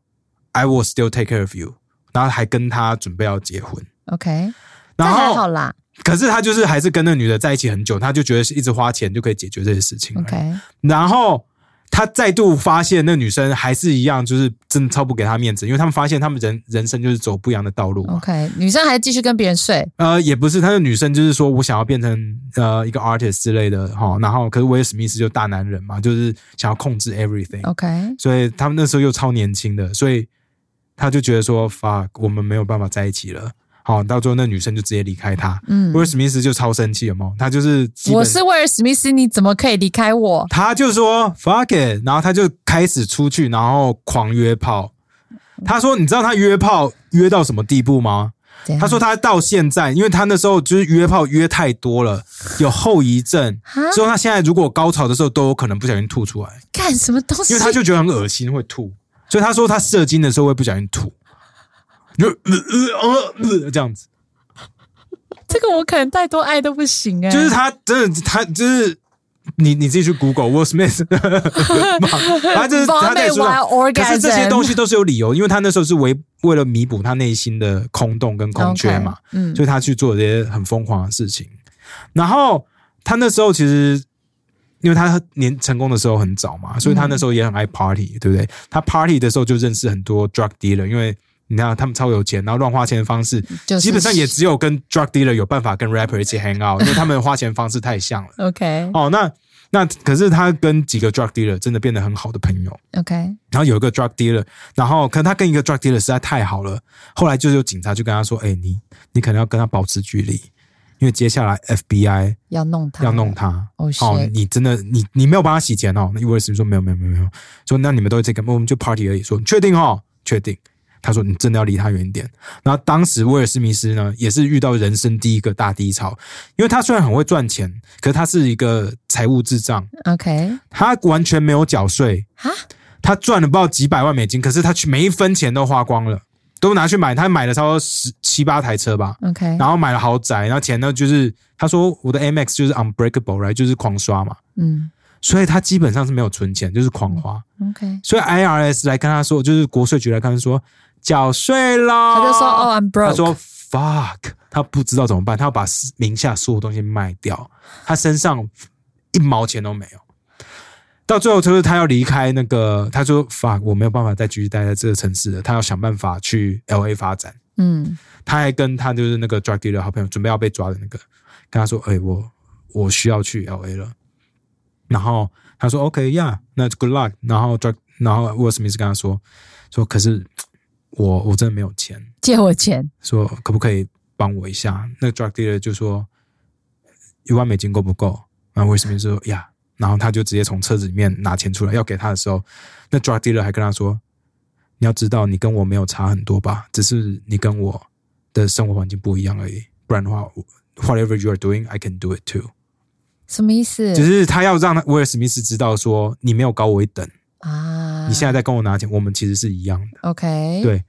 S2: ，I will still take care of you，然后还跟他准备要结婚，
S1: OK，这
S2: 然
S1: 还好
S2: 后
S1: 啦
S2: 可是他就是还是跟那女的在一起很久，他就觉得是一直花钱就可以解决这些事情了。
S1: ，OK，
S2: 然后他再度发现那女生还是一样，就是真的超不给他面子，因为他们发现他们人人生就是走不一样的道路嘛。
S1: OK，女生还继续跟别人睡，
S2: 呃，也不是，他的女生就是说我想要变成呃一个 artist 之类的哈，然后可是威尔史密斯就大男人嘛，就是想要控制 everything。
S1: OK，
S2: 所以他们那时候又超年轻的，所以他就觉得说，fuck，我们没有办法在一起了。好，到最后那女生就直接离开他。
S1: 嗯
S2: 威，尔史密斯就超生气，有没有？他就是基本
S1: 我是威尔史密斯，你怎么可以离开我？
S2: 他就说 fuck it，然后他就开始出去，然后狂约炮。他说：“你知道他约炮约到什么地步吗？”
S1: 怎样
S2: 他说他到现在，因为他那时候就是约炮约太多了，有后遗症，
S1: 哈
S2: 所以他现在如果高潮的时候都有可能不小心吐出来。
S1: 干什么东西？
S2: 因为他就觉得很恶心，会吐，所以他说他射精的时候会不小心吐，就呃呃呃呃这样子，
S1: 这个我可能再多爱都不行哎、
S2: 就是他真的他就是你你自己去 Google Will Smith，他 就是他在
S1: vomit
S2: 书上，
S1: while
S2: 可
S1: orgasm，
S2: 是这些东西都是有理由，因为他那时候是为为了弥补他内心的空洞跟空缺嘛，
S1: OK，嗯
S2: 所以他去做这些很疯狂的事情。然后他那时候其实，因为他年成功的时候很早
S1: 嗯
S2: 嘛，所以他那时候也很爱 party，对不对？他 party 的时候就认识很多 drug dealer，因为你看他们超有钱，然后乱花钱的方式，
S1: 就是
S2: 基本上也只有跟 drug dealer 有办法跟 rapper 一起 hang out，因为他们的花钱方式太像了。
S1: OK，
S2: 哦，那那可是他跟几个 drug dealer 真的变得很好的朋友。
S1: OK，
S2: 然后有一个 drug dealer，然后可能他跟一个 drug dealer 实在太好了，后来就有警察就跟他说：“哎、你你可能要跟他保持距离，因为接下来 FBI
S1: 要弄他，
S2: 要弄。他。
S1: 哦
S2: 哦，
S1: shit
S2: 你真的你你没有帮他洗钱哦？”那 u s 说：“没有没有没有没有。”说：“那你们都会这个，我们就 party 而已。”说：“你确定哦？确定。”他说：“你真的要离他远一点。”然后当时威尔史密斯呢，也是遇到人生第一个大低潮，因为他虽然很会赚钱，可是他是一个财务智障，
S1: OK，
S2: 他完全没有缴税，
S1: 哈，
S2: 他赚了不知道几百万美金，可是他去每一分钱都花光了，都拿去买，他买了差不多十七八台车吧，
S1: OK，
S2: 然后买了豪宅，然后钱呢就是他说我的 MX 就是 unbreakable，right 就是狂刷嘛，
S1: 嗯
S2: 所以他基本上是没有存钱，就是狂花，
S1: ，OK，
S2: 所以 IRS 来跟他说，就是国税局来跟他说缴税喽，
S1: 他就说哦，I'm
S2: 他说
S1: broke，
S2: fuck，他不知道怎么办，他要把名下所有东西卖掉，他身上一毛钱都没有。到最后就是他要离开那个，他说 fuck，我没有办法再继续待在这个城市了，他要想办法去 L A 发展。
S1: 嗯
S2: 他还跟他就是那个 drug dealer 好朋友，准备要被抓的那个，跟他说：“哎、我我需要去 L A 了。”然后他说：“OK 呀、yeah,，那 good luck。”然后 drug，然后威尔史密斯跟他说：“说可是我我真的没有钱。”
S1: 借我钱
S2: 说可不可以帮我一下？那个 drug dealer 就说一万美金够不够？然后威尔史密斯说呀，然后他就直接从车子里面拿钱出来要给他的时候，那 drug dealer 还跟他说，你要知道你跟我没有差很多吧，只是你跟我的生活环境不一样而已，不然的话我，whatever you are doing, I can do it too。
S1: 什么意思？
S2: 就是他要让威尔史密斯知道说你没有高我一等，
S1: 啊，
S2: 你现在在跟我拿钱，我们其实是一样的。
S1: OK，
S2: 对，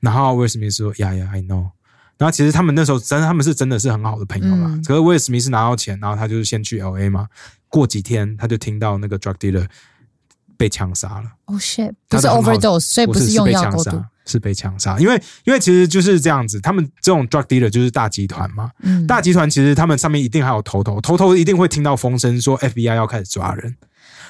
S2: 然后威尔史密斯说：“呀呀，I know。”然后其实他们那时候真，他们是真的是很好的朋友嘛。
S1: 嗯
S2: 可是威尔史密斯拿到钱，然后他就是先去 L A 嘛。过几天他就听到那个 drug dealer 被枪杀了，
S1: ，Oh shit，
S2: 他
S1: 不
S2: 的
S1: 是
S2: 很好的
S1: overdose，所以
S2: 不
S1: 是
S2: 是
S1: 用
S2: 被
S1: 药
S2: 枪
S1: 过度，
S2: 杀，是被枪杀。因为因为其实就是这样子，他们这种 drug dealer 就是大集团嘛。
S1: 嗯，
S2: 大集团其实他们上面一定还有头头，头头一定会听到风声说 FBI 要开始抓人。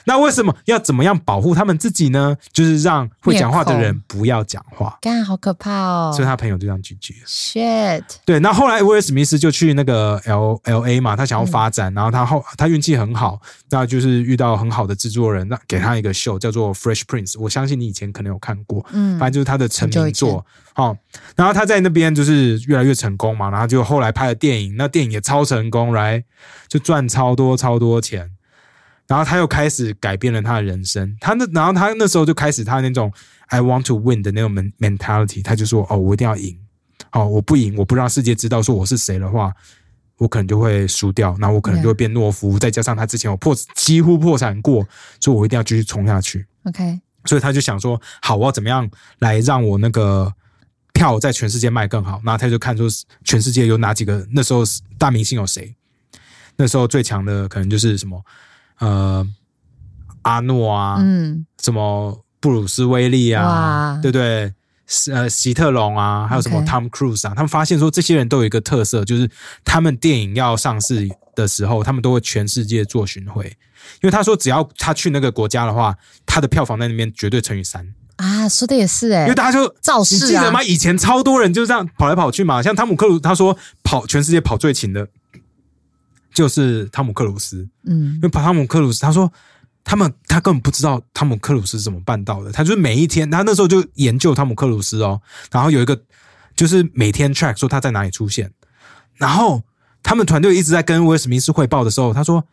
S2: 那为什么要怎么样保护他们自己呢？就是让会讲话的
S1: 灭
S2: 人不要讲话。
S1: 干好可怕哦，
S2: 所以他朋友就这样拒绝。
S1: shit，
S2: 对，那后来威尔史密斯就去那个 L L A 嘛，他想要发展，然后他后他运气很好，那就是遇到很好的制作人，那给他一个秀叫做《Fresh Prince》，我相信你以前可能有看过，
S1: 嗯
S2: 反正就是他的成
S1: 很久
S2: 名
S1: 以前
S2: 作。好、然后他在那边就是越来越成功嘛，然后就后来拍了电影，那电影也超成功，来就赚超多超多钱。然后他又开始改变了他的人生，他那然后他那时候就开始他那种 I want to win 的那种 men- mentality，他就说哦，我一定要赢，哦，我不赢，我不让世界知道说我是谁的话，我可能就会输掉，那我可能就会变懦夫。再加上他之前有破几乎破产过，所以我一定要继续冲下去。
S1: ，OK，
S2: 所以他就想说，好，我要怎么样来让我那个票在全世界卖更好？那他就看出全世界有哪几个那时候大明星有谁？那时候最强的可能就是什么呃阿诺啊，
S1: 嗯
S2: 什么布鲁斯威利啊
S1: 哇，
S2: 对不对？是呃，希特龙啊，还有什么
S1: OK
S2: Tom Cruise 啊他们发现说这些人都有一个特色，就是他们电影要上市的时候，他们都会全世界做巡回，因为他说只要他去那个国家的话，他的票房在那边绝对乘以三，
S1: 啊，说的也是哎
S2: 因为，大家就
S1: 造
S2: 你
S1: 势
S2: 记得
S1: 啊
S2: 吗？，以前超多人就是这样跑来跑去嘛，像汤姆克鲁，他说跑全世界跑最勤的就是汤姆克鲁斯，
S1: 嗯
S2: 因为汤姆克鲁斯他说他们他根本不知道汤姆克鲁斯是怎么办到的，他就是每一天，他那时候就研究汤姆克鲁斯哦，然后有一个就是每天 track 说他在哪里出现，然后他们团队一直在跟威尔史密斯汇报的时候，他说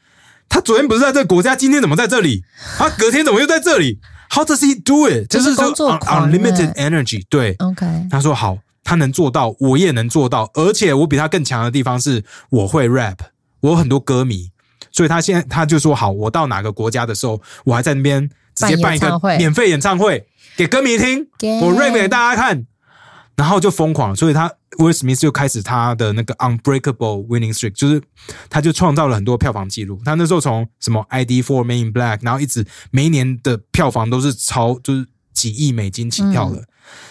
S2: 他昨天不是在这个国家，今天怎么在这里？他隔天怎么又在这里？How does he do it？
S1: 这
S2: 就是是说
S1: 工作
S2: un-
S1: 狂欸
S2: unlimited energy，对，
S1: ，OK，
S2: 他说好，他能做到，我也能做到，而且我比他更强的地方是我会 rap，我有很多歌迷，所以他现在他就说好，我到哪个国家的时候，我还在那边直接办
S1: 办演
S2: 一个
S1: 唱会
S2: 免费演唱会给歌迷听，
S1: Gang
S2: 我 rap 给大家看，然后就疯狂了，所以他。威尔史密斯就开始他的那个 unbreakable winning streak，就是他就创造了很多票房记录。他那时候从什么 ID Four Man in Black，然后一直每一年的票房都是超就是几亿美金起跳
S1: 嗯
S2: 的，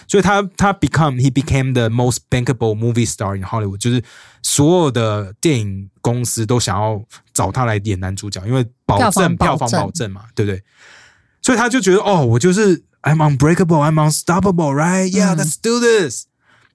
S2: 所以他他 become he became the most bankable movie star in Hollywood，就是所有的电影公司都想要找他来演男主角，因为保
S1: 票
S2: 证
S1: 房
S2: 票
S1: 保
S2: 房
S1: 证
S2: 保证嘛，对不对？所以他就觉得哦，我就是 I'm unbreakable, I'm unstoppable, right? Yeah,
S1: 嗯
S2: let's do this。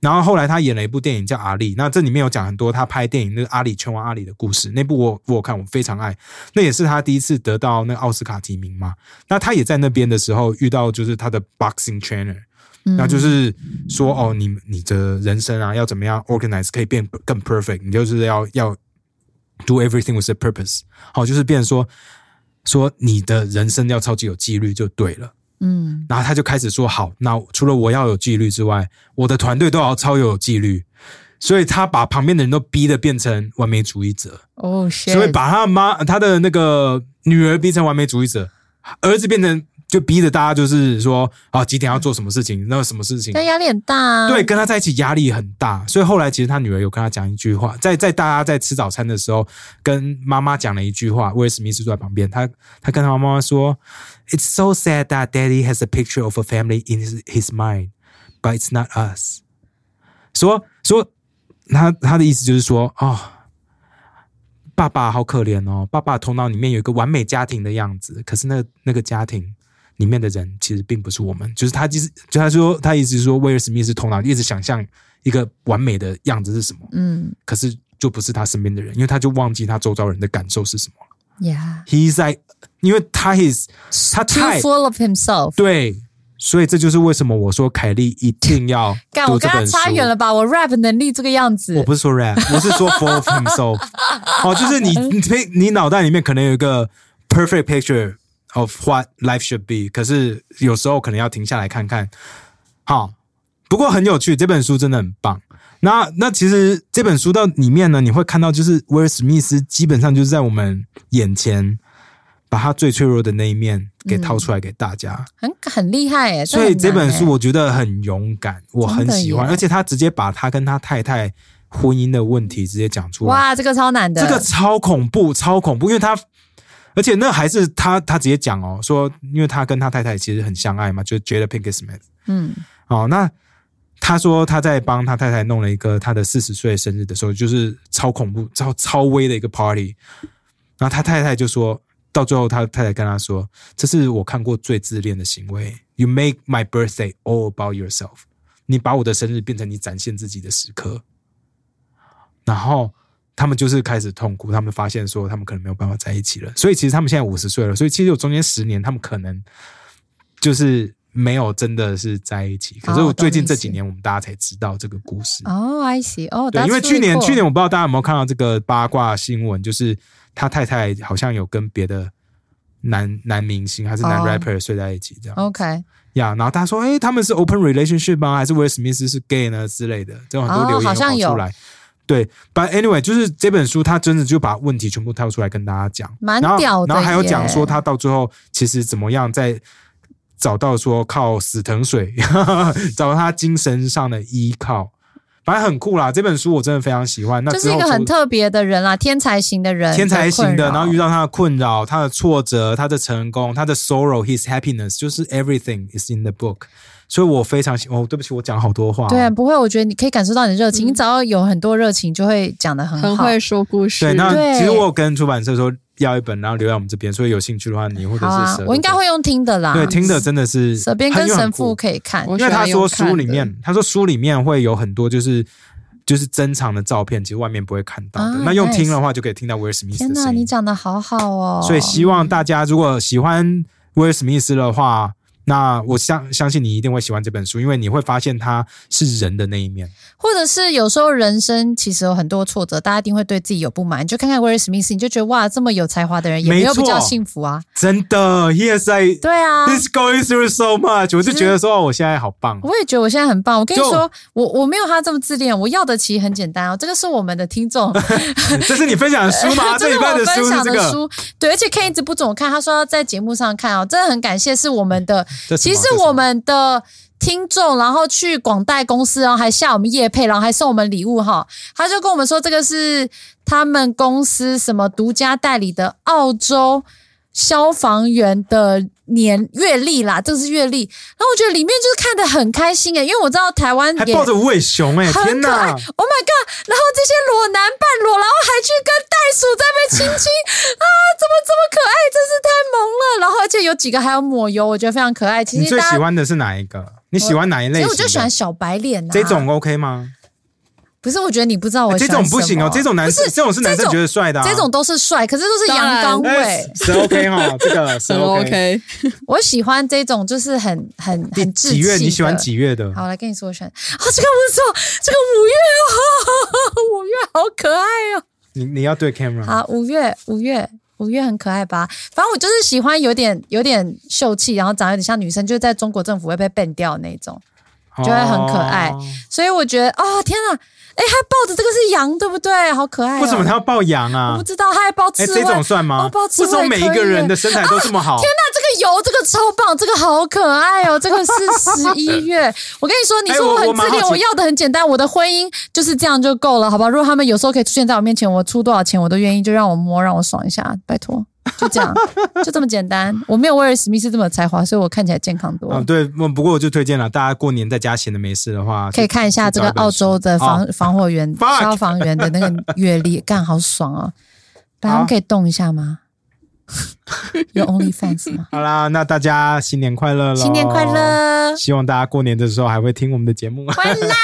S2: 然后后来他演了一部电影叫《阿里》，那这里面有讲很多他拍电影那个阿里拳王阿里的故事。那部我我有看，我非常爱，那也是他第一次得到那个奥斯卡提名嘛。那他也在那边的时候遇到就是他的 boxing trainer，那
S1: 嗯
S2: 就是说哦，你你的人生啊要怎么样 organize 可以变更 perfect，你就是要要 do everything with a purpose。好，就是变成说说你的人生要超级有纪律就对了。
S1: 嗯
S2: 然后他就开始说：“好，那除了我要有纪律之外，我的团队都要超有纪律。”所以他把旁边的人都逼得变成完美主义者，
S1: 哦、shit，
S2: 所以把他妈他的那个女儿逼成完美主义者，儿子变成就逼着大家就是说啊几点要做什么事情，那什么事情
S1: 但压力很大、啊，
S2: 对，跟他在一起压力很大，所以后来其实他女儿有跟他讲一句话，在在大家在吃早餐的时候，跟妈妈讲了一句话。威尔史密斯坐在旁边，他他跟他妈妈说：“It's so sad that Daddy has a picture of a family in his, his mind, but it's not us。”说说他他的意思就是说，哦，爸爸好可怜哦，爸爸头脑里面有一个完美家庭的样子，可是那那个家庭里面的人其实并不是我们，就是他其实就他说他一直说威尔史密斯头脑一直想象一个完美的样子是什么，
S1: 嗯
S2: 可是就不是他身边的人，因为他就忘记他周遭人的感受是什么了。
S1: 呀
S2: He's like，因为他 is 他太
S1: too full of himself。
S2: 对，所以这就是为什么我说凯莉一定要
S1: 干，我
S2: 读这
S1: 跟他
S2: 本书。
S1: 差远了吧？我 rap 能力这个样子
S2: 我，不是说 rap，我是说 full of himself。哦，就是你你你脑袋里面可能有一个 perfect picture of what life should be，可是有时候可能要停下来看看。好，不过很有趣，这本书真的很棒。那那其实这本书到里面呢，你会看到就是威尔史密斯基本上就是在我们眼前，把他最脆弱的那一面给掏出来给大家。
S1: 很很厉害欸耶、
S2: 所以这本书
S1: 我
S2: 我觉得很勇敢，我很喜欢，
S1: 真的耶
S2: 而且他直接把他跟他太太婚姻的问题直接讲出来，
S1: 欸哇，这个超难的，
S2: 这个超恐怖，超恐怖，因为他。而且那还是他，他直接讲哦，说因为他跟他太太其实很相爱嘛，就是 Jada Pinkett Smith
S1: 嗯
S2: 哦。那他说他在帮他太太弄了一个他的四十岁生日的时候，就是超恐怖、超超威的一个 party。然后他太太就说，到最后他太太跟他说：“这是我看过最自恋的行为。You make my birthday all about yourself。你把我的生日变成你展现自己的时刻。”然后他们就是开始痛苦，他们发现说他们可能没有办法在一起了。所以其实他们现在五十岁了，所以其实有中间十年他们可能就是没有真的是在一起。可是
S1: 哦
S2: 我最近
S1: 懂你
S2: 这
S1: 意思
S2: 几年，我们大家才知道这个故事。
S1: 哦、i see，哦、
S2: 对，
S1: that's
S2: 因为去
S1: really
S2: 年
S1: cool
S2: 去年我不知道大家有没有看到这个八卦新闻，就是他太太好像有跟别的男男明星还是男
S1: 哦
S2: rapper 睡在一起这样
S1: OK，
S2: 呀然后大家说，哎、他们是 open relationship 吗？还是威尔史密斯是 gay 呢之类的？这种很多
S1: 哦
S2: 留言
S1: 好
S2: 有
S1: 像
S2: 跑
S1: 有
S2: 出来。对，but anyway，就是这本书，他真的就把问题全部挑出来跟大家讲，
S1: 蛮
S2: 然后
S1: 屌的
S2: 然后还有讲
S1: 耶
S2: 说他到最后其实怎么样在找到说靠死藤水 找到他精神上的依靠，反正很酷啦。这本书我真的非常喜欢。那
S1: 就是
S2: 之
S1: 一
S2: 后
S1: 个很
S2: 出
S1: 特别的人啦，天才型的人，
S2: 天才型的，
S1: 困扰
S2: 然后遇到他的困扰、他的挫折、他的成功、他的 sorrow、his happiness，就是 everything is in the book。所以我非常喜哦，对不起，我讲好多话、
S1: 对啊，不会，我觉得你可以感受到你的热情，
S3: 嗯
S1: 你只要有很多热情，就会讲的很
S3: 很
S1: 好。
S3: 会说故事。
S2: 对，那
S1: 对
S2: 其实我有跟出版社说要一本，然后留在我们这边，所以有兴趣的话，你或者
S1: 好
S2: 是
S1: 啊
S2: 舍，
S1: 我应该会用听的啦，
S2: 对听的真的是
S1: 舍边
S2: 很
S1: 跟
S2: 有很
S1: 神
S2: 酷
S1: 父可以看。
S3: 我
S2: 因为他说书里
S3: 喜欢用看
S2: 面，他说书里面会有很多就是就是珍藏的照片，其实外面不会看到的。
S1: 啊
S2: 那用
S1: nice
S2: 听的话，就可以听到威尔史密斯
S1: 天
S2: 的
S1: 哪，
S2: 声
S1: 你
S2: 音。
S1: 讲的好好哦！
S2: 所以希望大家如果喜欢威尔史密斯的话，那我相相信你一定会喜欢这本书，因为你会发现他是人的那一面。
S1: 或者是有时候人生其实有很多挫折，大家一定会对自己有不满。你就看看威尔史密斯，你就觉得哇，这么有才华的人也没有
S2: 没错
S1: 比较幸福啊。
S2: 真的，He is like
S1: 对啊，
S2: he's going through so much，我就觉得说哦我现在好棒。
S1: 我也觉得我现在很棒。我跟你
S2: 就
S1: 说，我我没有他这么自恋，我要的其实很简单哦。这个是我们的听 众，
S2: 这是你分享的书吗？
S1: 这
S2: 这
S1: 是
S2: 礼
S1: 我
S2: 拜
S1: 分
S2: 书是
S1: 享
S2: 这
S1: 的
S2: 个。
S1: 书，对，而且 K 一直不准我看，他说要在节目上看哦，真的很感谢，是我们的，
S2: 这什
S1: 其
S2: 么
S1: 实
S2: 这什么
S1: 我们的听众，然后去广代公司，然后还下我们夜配，然后还送我们礼物哈，他就跟我们说这个是他们公司什么独家代理的澳洲消防员的。年阅历啦，这个是阅历，然后我觉得里面就是看得很开心诶、因为我知道台湾
S2: 还
S1: 也
S2: 抱着无尾熊哎、
S1: 很
S2: 天
S1: 可爱。
S2: 哪
S1: Oh my！god！然后这些裸男半裸，然后还去跟袋鼠在被亲亲啊，怎么这么可爱？真是太萌了！然后而且有几个还有抹油，我觉得非常可爱。其
S2: 你
S1: 实
S2: 最
S1: 大
S2: 喜
S1: 家，
S2: 欢的是哪一个？你喜欢哪一
S1: 其
S2: 类型
S1: 实
S2: 的？
S1: 我就喜欢小白脸、啊、
S2: 这种 OK 吗？
S1: 不是，我觉得你不知道我、
S2: 哎这种不行哦，这种男生
S1: 不是
S2: 这种是男生
S1: 这种
S2: 觉得帅的啊，
S1: 这种都是帅，可是都是
S3: 当
S1: 阳
S3: 然
S1: 刚
S2: 哎
S1: 味。
S2: 是 OK 哈，这个是
S3: 很
S2: OK。
S3: OK，
S1: 我喜欢这种，就是很很
S2: 第
S1: 很稚
S2: 几月？
S1: 气
S2: 你喜欢
S1: 的
S2: 几月的？
S1: 好，来跟你说，我喜欢啊，这个不错，这个五月哦， 五月好可爱哦。
S2: 你你要对 camera
S1: 好，五月，五月，五月很可爱吧？反正我就是喜欢有点有点秀气，然后长得有点像女生，就是在中国政府会被 ban 掉的那种。
S2: 哦
S1: 觉得很可爱所以我觉得，哦，天啊，哎，还抱着这个是羊，对不对？好可爱、哦。
S2: 为什么他？要抱羊
S1: 我
S2: 啊
S1: 不？知道，他还抱
S2: 哎，
S1: 刺猬。
S2: 这种算吗
S1: 哦抱？刺
S2: 为
S1: 猬
S2: 什么每一个人的身材都这么好？
S1: 那这个油，这个超棒，这个好可爱 哦！这个是十一月，我跟你说，你
S2: 哎
S1: 说
S2: 我
S1: 我很
S2: 我蛮
S1: 自
S2: 好
S1: 恋，
S2: 奇
S1: 我要的很简单，我的婚姻就是这样就够了，好吧？如果他们有时候可以出现在我面前，我出多少钱我都愿意，就让我摸，让我爽一下，拜托，就 这样，就这么简单。我没有威尔史密斯这么有才华，所以我看起来健康多
S2: 啊，
S1: 了。
S2: 对，不不过我就推荐了，大家过年在家闲的没事的话，
S1: 可以看一下这个澳洲的
S2: 哦
S1: 防防火员、
S2: Fuck
S1: 消防员的那个阅历，干好爽哦！白
S2: 好
S1: 龙可以动一下 吗？有 OnlyFans 吗？
S2: 好啦，那大家新年快乐喽！
S1: 新年快！乐！
S2: 希望大家过年的时候还会听我们的节目。
S1: 回来。